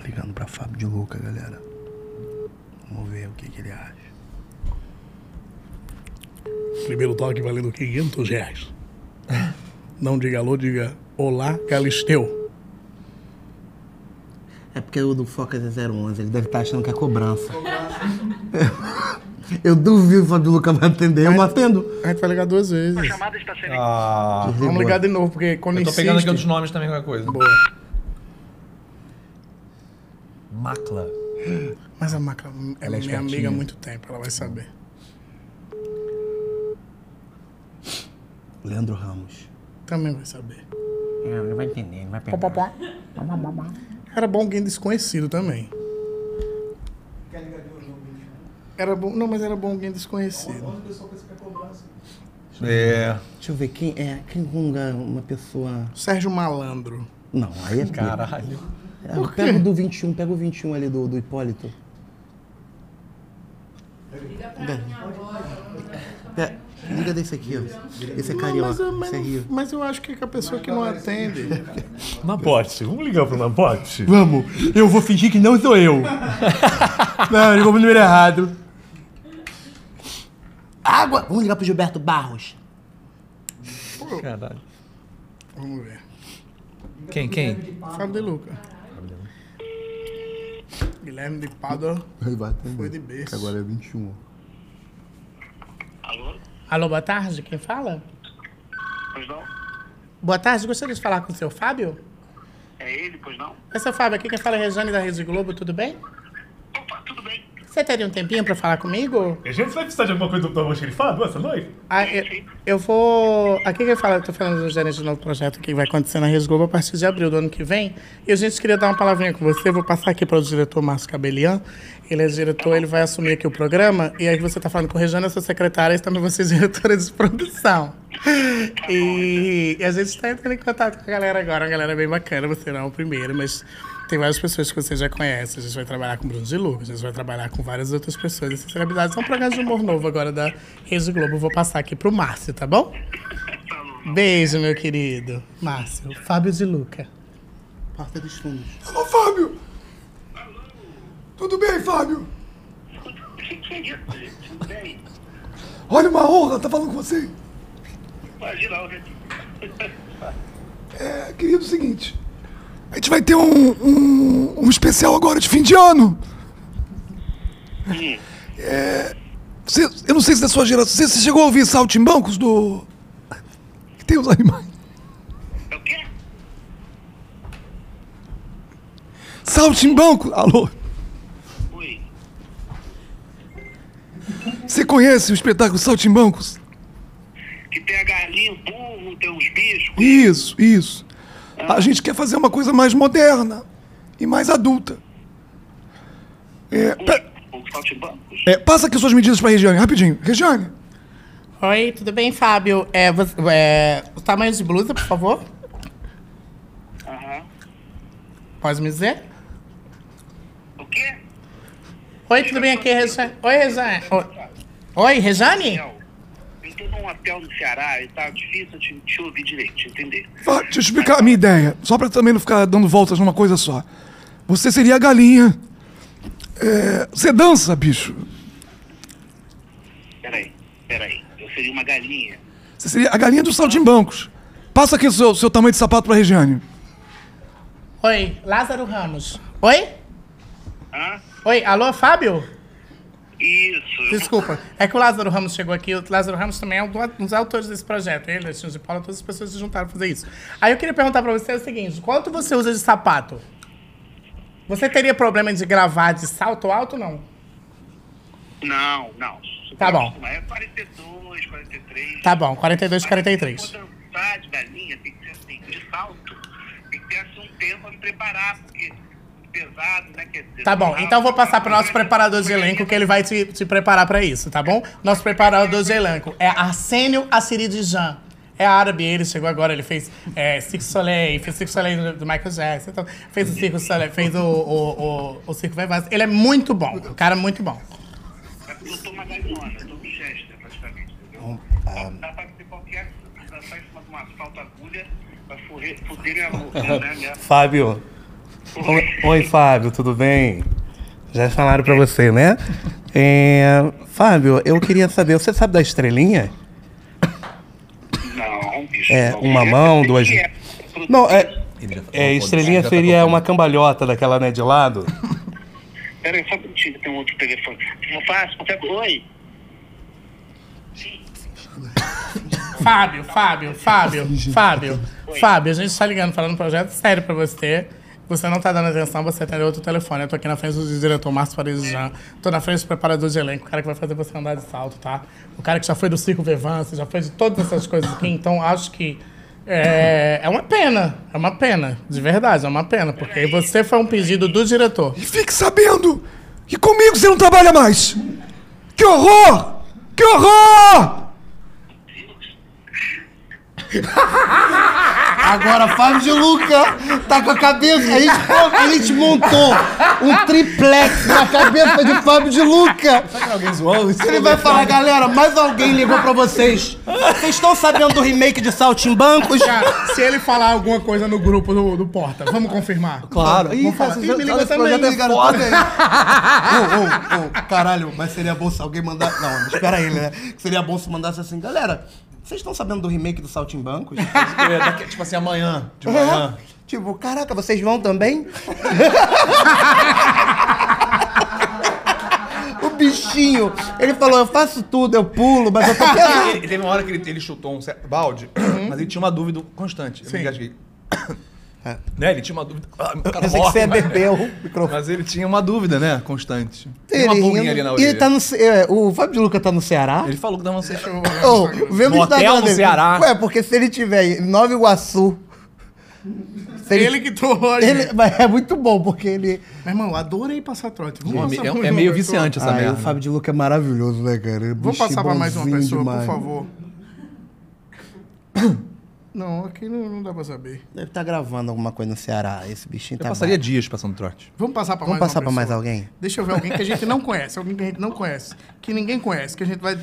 B: Ligando pra Fábio de Luca, galera. Vamos ver o que, que ele acha.
R: Primeiro toque valendo 500 reais. Não diga alô, diga olá, Galisteu.
B: É porque o do Focas é 011, ele deve estar achando que é cobrança. Eu duvido que o Fábio de Luca vai atender, eu não atendo.
R: A gente vai ligar duas vezes.
J: Ah,
R: Vamos ligar de novo, porque quando
J: Eu tô
R: insiste...
J: pegando aqui outros nomes também, qualquer coisa.
R: Boa.
J: Macla.
R: Mas a Maca é
J: Ela é
R: minha
J: espertinha.
R: amiga há muito tempo, ela vai saber.
B: Leandro Ramos.
R: Também vai saber.
D: É,
S: Não, não vai entender, não vai
R: Pó, pó, pó. Era bom alguém desconhecido também. Era bom, não, mas era bom alguém desconhecido.
J: É.
B: Deixa eu ver quem é. Quem é um lugar- uma pessoa.
R: Sérgio Malandro.
B: Não, aí é.
J: Caralho.
B: É,
R: Por quê?
B: pega o do 21, pega o 21 ali do, do Hipólito. Pe- Liga desse aqui, ó. Esse é carioca.
R: Não, mas,
B: Esse é
R: eu,
B: Rio.
R: mas, mas eu acho que é que a pessoa que não atende.
C: Nabote, vamos ligar pro Nabote?
B: Vamos, eu vou fingir que não sou eu. não, ligou pro número errado. Água! Vamos ligar pro Gilberto Barros.
J: Caralho.
R: Vamos ver.
J: Quem, quem?
R: Fábio de Luca. Guilherme de Pádua.
B: Ele vai atender.
R: Foi de berço.
B: que Agora é 21.
A: Alô, boa tarde, quem fala?
Q: Pois não?
A: Boa tarde, gostaria de falar com o seu Fábio?
Q: É ele, pois não?
A: Oi, seu Fábio, aqui quem fala é Rejane da Rede Globo, tudo bem? Opa, tudo bem. Você teria um tempinho pra falar comigo?
C: A gente vai precisar de alguma coisa do Almoxerifado essa noite?
A: Ah, eu, eu vou. Aqui quem fala, eu tô falando do gerente do novo projeto que vai acontecer na Rede Globo a partir de abril do ano que vem. E a gente queria dar uma palavrinha com você. Vou passar aqui para o diretor Márcio Cabelian. Ele é diretor, ele vai assumir aqui o programa. E aí você tá falando com o Regina, sua secretária, e também você é diretora de produção. E, e a gente está entrando em contato com a galera agora, uma galera bem bacana, você não é o primeiro, mas tem várias pessoas que você já conhece. A gente vai trabalhar com o Bruno de Lucas, a gente vai trabalhar com várias outras pessoas e celebridades. É um programa de humor novo agora da Rede Globo. Eu Vou passar aqui pro Márcio, tá bom? Beijo, meu querido. Márcio, Fábio de Luca.
B: Porta dos fundos.
D: Alô, Fábio! Tudo bem, Fábio? Olha, uma honra estar falando com você.
Q: Imagina, alguém.
D: É, querido, o seguinte. A gente vai ter um, um, um especial agora de fim de ano. É, você- eu não sei se da sua geração... Você, você chegou a ouvir Saltimbancos do... Que tem os animais.
Q: É
D: Saltimbancos... Alô?
Q: Oi.
D: Você conhece o espetáculo Saltimbancos?
Q: Que tem a galinha, o burro, tem uns bichos.
D: Isso, isso. A gente quer fazer uma coisa mais moderna e mais adulta. É, pe- é, passa aqui suas medidas pra Regiane, rapidinho. Regiane,
A: Oi, tudo bem, Fábio? É, você, é, o tamanho de blusa, por favor? Pode me dizer?
Q: O quê?
A: Oi, tudo bem? Aqui é Rejane. Oi, Rejane. Oi, Rejane?
Q: Eu tô num hotel no Ceará e tá difícil te, te ouvir direito, entender.
D: fa- deixa eu explicar a minha ideia, só pra também não ficar dando voltas numa coisa só. Você seria a galinha. É, você dança, bicho.
Q: Peraí, peraí. Eu seria uma galinha.
J: Você seria a galinha dos saltimbancos. Passa aqui o seu, seu tamanho de sapato pra Regiane.
A: Oi, Lázaro Ramos. Oi? Hã? Oi, alô, Fábio?
Q: Isso.
A: Desculpa, é que o Lázaro Ramos chegou aqui. O Lázaro Ramos também é um do- dos autores desse projeto. Ele, Alexandre de Paula, todas as pessoas se juntaram pra fazer isso. Aí eu queria perguntar pra você o seguinte: quanto você usa de sapato? Você teria problema de gravar de salto alto ou não?
Q: Não, não.
A: Tá bom.
Q: É 42, 43.
A: Tá bom, 42, 43.
Q: Tá de galinha, tem que ser assim, de salto. Tem que ter assim, um tempo pra me preparar, porque pesado, né? Quer dizer,
A: Tá bom, então eu vou passar pro nosso preparador de elenco
Q: é
A: que ele vai te, te preparar pra isso, tá bom? Nosso preparador de elenco é Arsênio Assiridijan. É árabe, ele chegou agora, ele fez é, Cirque Soleil, fez Cirque Soleil do- do Michael Jackson, então, fez o Cirque Soleil, fez o, o, o, o Cirque Vivaz. Ele é muito bom, um cara muito bom.
Q: É Eu tô uma galinhona, eu tô um chester praticamente, entendeu?
D: Um,
Q: Dá
D: ah,
Q: pra ser qualquer dá pra ir com uma falta agulha pra forrer- foder minha boca, né? minha-
D: Fábio. Oi, oi, Fábio, tudo bem? Já falaram pra você, né? É, Fábio, eu queria saber, você sabe da estrelinha?
Q: Não,
D: É, uma mão, duas. Não, é. é, estrelinha seria uma cambalhota daquela, né, de lado?
Q: Pera aí, só um minutinho, tem um outro telefone. Não faço, é consegue. Oi?
A: Fábio, Fábio, Fábio, Fábio, Fábio, a gente tá ligando, falando um projeto sério pra você. Você não tá dando atenção, você atendeu outro telefone. Eu tô aqui na frente do diretor Márcio Paredes Jean. Tô na frente do preparador de elenco, o cara que vai fazer você andar de salto, tá? O cara que já foi do Circo Vevance, já foi de todas essas coisas aqui. Então, acho que é, é uma pena. É uma pena. De verdade, é uma pena. Porque você foi um pedido do diretor.
J: Fique sabendo que comigo você não trabalha mais. Que horror! Que horror!
D: Agora, Fábio de Luca tá com a cabeça. A gente, a gente montou um triplex na cabeça de Fábio de Luca. Ele vai falar, galera, mais alguém ligou pra vocês. Vocês estão sabendo do remake de Saltimbancos?
A: Cara, se ele falar alguma coisa no grupo do, do Porta, vamos confirmar?
D: Claro.
A: Vamos, vamos falar.
D: cara,
A: Ih,
D: esse
A: me ligou
D: projeto
A: também.
D: é
A: me ligaram
D: foda.
A: também.
D: Ô, ô, ô, caralho, mas seria bom se alguém mandar. Não, espera aí, né? Seria bom se mandasse assim, galera, vocês estão sabendo do remake do Saltimbancos?
C: Tipo assim, amanhã.
D: É. Tipo, caraca, vocês vão também? o bichinho, ele falou, eu faço tudo, eu pulo, mas eu tô
C: Ele,
D: querendo.
C: ele- teve uma hora que ele, ele chutou um certo balde,
D: Uhum.
C: mas ele tinha uma dúvida constante. Eu me engasguei. Né? Ele tinha uma dúvida. Ah, cara,
D: É. pensei que você ia
C: mas-
D: beber o
C: Mas ele tinha uma dúvida, né? Constante. Tem uma
D: Ele
C: pulguinha
D: rindo.
C: ali na
D: E
C: orelha.
D: ele tá no. Ce- é, o Fábio de Luca tá no Ceará?
C: Ele falou que dá uma sexta. Oh.
D: Ô, vendo o
C: No
D: Instagram
C: hotel no
D: dele.
C: Ceará.
D: Ué, porque se ele tiver em Nova Iguaçu. se
A: Ele que torrou,
D: ele, Mas é muito bom, porque ele.
A: Meu irmão, adorei passar trote. Vamos
C: É me-
A: passar
C: é-
A: por
C: é
A: uma
C: meio
A: pessoa.
C: viciante essa
D: Ai,
C: merda.
D: O Fábio de Luca é maravilhoso, né, cara?
B: Vamos passar pra mais uma pessoa, por favor.
A: Não, aqui não, não dá pra saber.
D: Deve estar gravando alguma coisa no Ceará. Esse bichinho
C: Eu
D: tá.
C: passaria
D: bravo.
C: dias passando trote.
A: Vamos passar pra mais
D: Vamos passar
A: uma
D: pra mais
A: pessoa.
D: alguém?
A: Deixa eu ver alguém que a gente não conhece, alguém que a gente não conhece, que ninguém conhece, que a gente vai.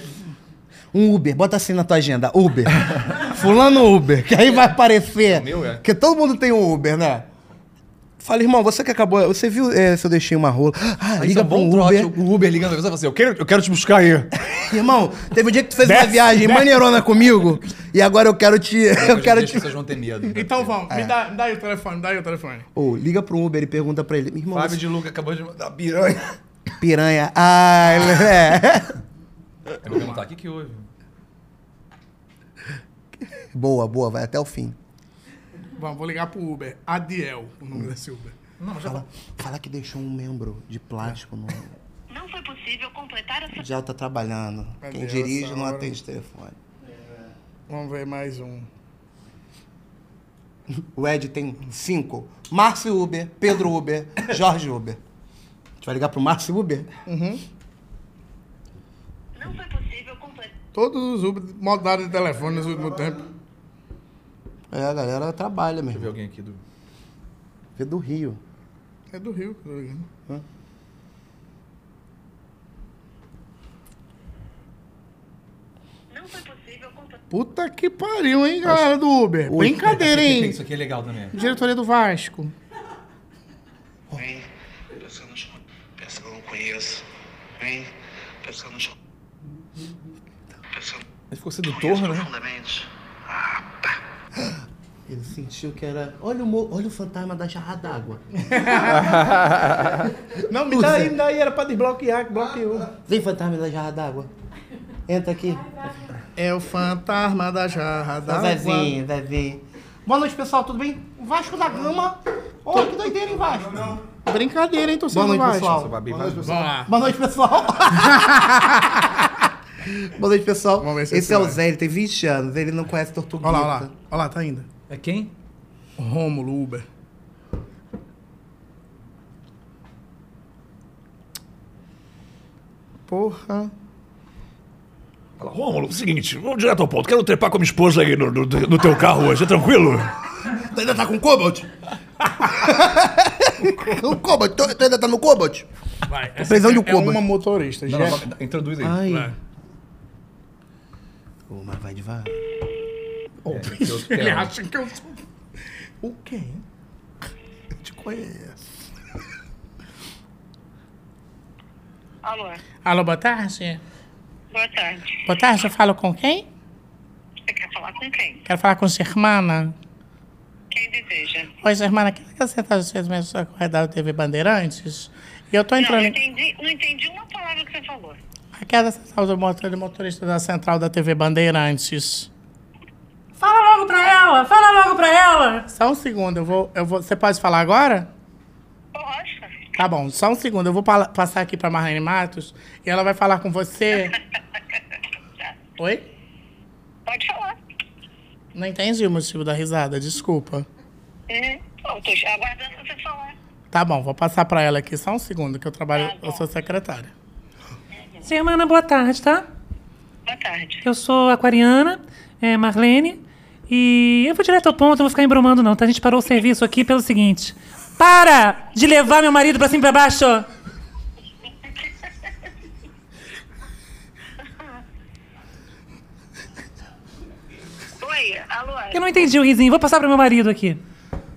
D: Um Uber, bota assim na tua agenda, Uber. Fulano Uber, que aí vai aparecer.
C: meu é.
D: Porque todo mundo tem um Uber, né? Fala, irmão, você que acabou. Você viu é, se eu deixei uma rola? Ah,
C: Aí
D: liga
C: isso é
D: pra um
C: bom trote,
D: Uber.
C: o Uber ligando pra pessoa e fala assim, eu quero, eu quero te buscar aí.
D: Irmão, teve um dia que tu fez uma
C: Desce,
D: viagem
C: desce.
D: maneirona comigo e agora eu quero te. Eu quero
C: As
D: te.
C: pessoas vão ter medo. né?
A: Então vamos, me
D: É.
A: dá, me dá aí o telefone, me dá aí o telefone.
D: Ô, liga pro Uber e pergunta pra ele. Irmão,
C: Fábio
D: você-
C: de Luca acabou de mandar piranha.
D: piranha. Ai, é.
C: Eu vou perguntar, o que que houve?
D: Boa, boa, vai até o fim.
A: Vamos, vou ligar pro Uber. Adiel, o
D: Hum.
A: nome desse Uber.
D: Não, já fala, fala que deixou um membro de plástico no.
T: Não foi possível completar essa.
D: Já tá trabalhando.
A: Cadê
D: Quem dirige
A: essa
D: não
A: hora?
D: atende telefone.
A: Vamos ver mais um.
D: O Ed tem cinco. Márcio Uber, Pedro Uber, Jorge Uber. A gente vai ligar pro Márcio Uber?
A: Uhum. Todos os Uber mudaram de telefone nesse último tempo.
D: É, a galera trabalha
C: Deixa eu ver
D: mesmo.
C: alguém aqui do...
D: Vê do Rio.
A: É do Rio, que eu tô ligando. Puta que pariu, hein, galera do Uber. Brincadeira,
C: Isso aqui-
A: hein?
C: Isso aqui é legal também.
A: Diretoria do Vasco.
Q: Vem, pensa no chão. Pensa que eu não conheço. Vem, pensa no chão. Pensa no
C: Ele ficou sedutor, né?
U: Profundamente.
B: Ele sentiu que era. Olha o, mo- Olha o fantasma da jarra d'água.
A: Não, me dá aí, me dá aí, era pra desbloquear, que bloqueou.
B: Vem, fantasma da jarra d'água. Entra aqui.
V: É o fantasma da jarra
B: Tá,
V: d'água.
B: Zezinho, Zezinho. Boa noite, pessoal, tudo bem? Vasco da Gama. Ô, que doideira, hein, Vasco?
V: Brincadeira, hein, torcida
B: Boa noite,
V: do Vasco?
B: pessoal.
V: Boa
B: Boa
V: noite,
B: noite,
V: pessoal. Vamos lá.
B: pessoal. Boa noite, pessoal. Boa noite, pessoal.
V: ver se
B: Esse é
V: ele
B: o
V: vai.
B: Zé, ele tem 20 anos, ele não conhece Tortuguita.
V: Olha lá, olha lá. Olha lá, tá indo.
C: É quem?
V: Rômulo Uber. Porra.
J: Fala, Rômulo, seguinte, vamos direto ao ponto. Quero trepar com a minha esposa aí no, no- no teu carro hoje, é tranquilo?
D: Tu ainda tá com Cobalt? o Cobalt, tu, tu ainda tá no Cobalt?
V: Vai.
D: Tô precisando de um
V: é
D: Cobalt.
V: uma motorista,
C: Não,
V: já.
C: não, não, introduz aí.
V: Vai.
B: Ô, mas vai devagar.
V: Ô,
C: esse
V: ele
C: outro
D: É.
C: É, tem uma-
V: acha que eu sou... O quê? Eu te conheço.
W: Alô,
A: Alô, boa tarde.
W: boa tarde.
A: Boa tarde, eu falo com quem?
W: Você quer falar com quem?
A: Quero falar com Germana.
W: Quem deseja?
A: Oi, Germana, quer que você tá vocês mesmos ao redor da TV Bandeirantes? E eu tô
W: Não, não
A: Tá entrando...
W: entendi, não entendi uma palavra que você falou.
A: Aquela central do motor, do motorista da central da TV Bandeirantes. Fala logo pra ela! Fala logo pra ela! Só um segundo, eu vou. Eu vou você pode falar agora? Posso. Tá bom, só um segundo. Eu vou pala- passar aqui pra Marlene Matos e ela vai falar com você. Oi?
W: Pode falar.
A: Não entendi o motivo da risada, desculpa.
W: Uhum. Bom, eu tô aguardando você falar.
A: Tá bom, vou passar pra ela aqui só um segundo, que eu trabalho, eu sou secretária.
X: Semana, boa tarde, tá?
W: Boa tarde.
X: Eu sou aquariana, é Marlene, e eu vou direto ao ponto, não vou ficar embromando não, tá? A gente parou o serviço aqui pelo seguinte. Para de levar meu marido pra cima e pra baixo!
W: Oi, alô.
X: Eu não entendi o risinho, vou passar pro meu marido aqui.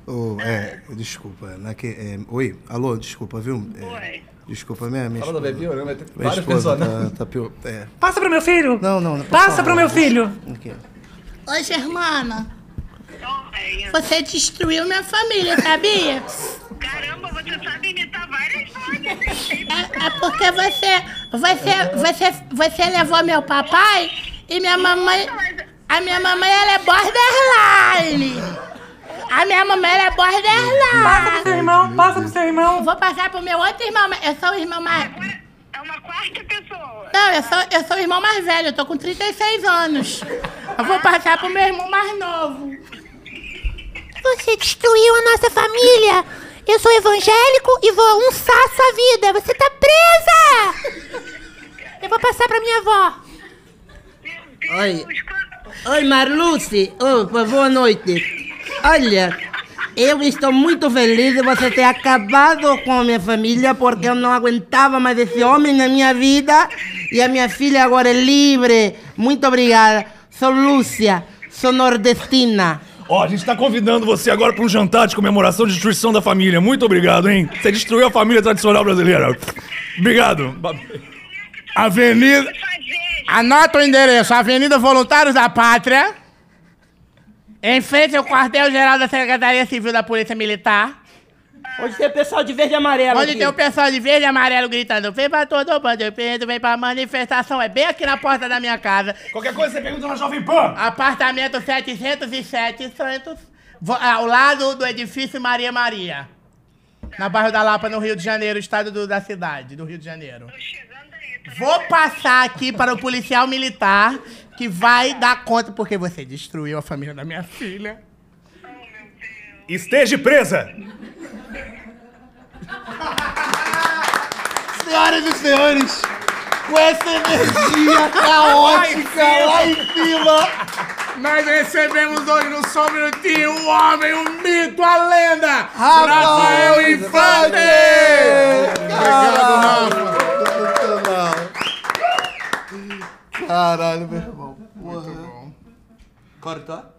B: Ô, é, desculpa. na que- é, oi, alô, desculpa, viu? É, Desculpa, minha, minha
C: Fala da
B: esposa.
C: Bebê, né? Vai ter
B: Minha
C: vários
B: esposa
C: personagens.
B: tá, tá pior. É.
X: Passa pro meu filho!
B: Não, não, não. por
X: Passa
B: favor.
X: pro meu filho!
B: Aqui.
Q: Ô, Germana. Você destruiu minha família, sabia?
W: Caramba, você sabe imitar várias vozes.
Q: É, é porque você, você, você, você levou meu papai e minha mamãe. A minha mamãe ela é borderline. A minha mamãe ela é borderline. Passa pro seu
X: irmão, passa pro seu irmão.
Q: Vou passar pro meu outro irmão, mas eu sou o irmão mais. É uma quarta pessoa. Não, eu sou, eu sou o irmão mais velho, eu tô com 36 anos. Eu vou passar pro meu irmão mais novo.
G: Você destruiu a nossa família! Eu sou evangélico e vou unçar a sua vida! Você tá presa! Eu vou passar pra minha avó.
E: Oi. Oi, Marluce. Ô, boa noite. Olha, eu estou muito feliz de você ter acabado com a minha família porque eu não aguentava mais esse homem na minha vida e a minha filha agora é livre. Muito obrigada. Sou Lúcia, sou nordestina.
J: Ó, a gente tá convidando você agora pra um jantar de comemoração de destruição da família. Muito obrigado, hein? Você destruiu a família tradicional brasileira. Obrigado.
A: Avenida. Anota o endereço: Avenida Voluntários da Pátria. Em frente ao quartel-geral da Secretaria Civil da Polícia Militar.
E: Onde tem o pessoal de verde e amarelo.
A: Onde tem o pessoal de verde e amarelo gritando: vem pra todo bando, Pedro, vem pra manifestação. É bem aqui na porta da minha casa.
J: Qualquer coisa você pergunta na Jovem Pan.
A: Apartamento 707 Santos, vo- ah, ao lado do edifício Maria Maria. Na bairro da Lapa, no Rio de Janeiro, estado do- da cidade, do Rio de Janeiro.
Q: tá
A: Vou passar aqui para o policial militar que vai dar conta porque você destruiu a família da minha filha.
J: Esteja presa.
B: Senhoras e senhores,
A: com essa energia
B: caótica lá em
A: cima, nós recebemos hoje no Só um Minutinho o homem, o mito, a lenda, Rafael Infante!
B: Obrigado,
V: Rafa.
B: Caralho, meu irmão. Porra. Cortou?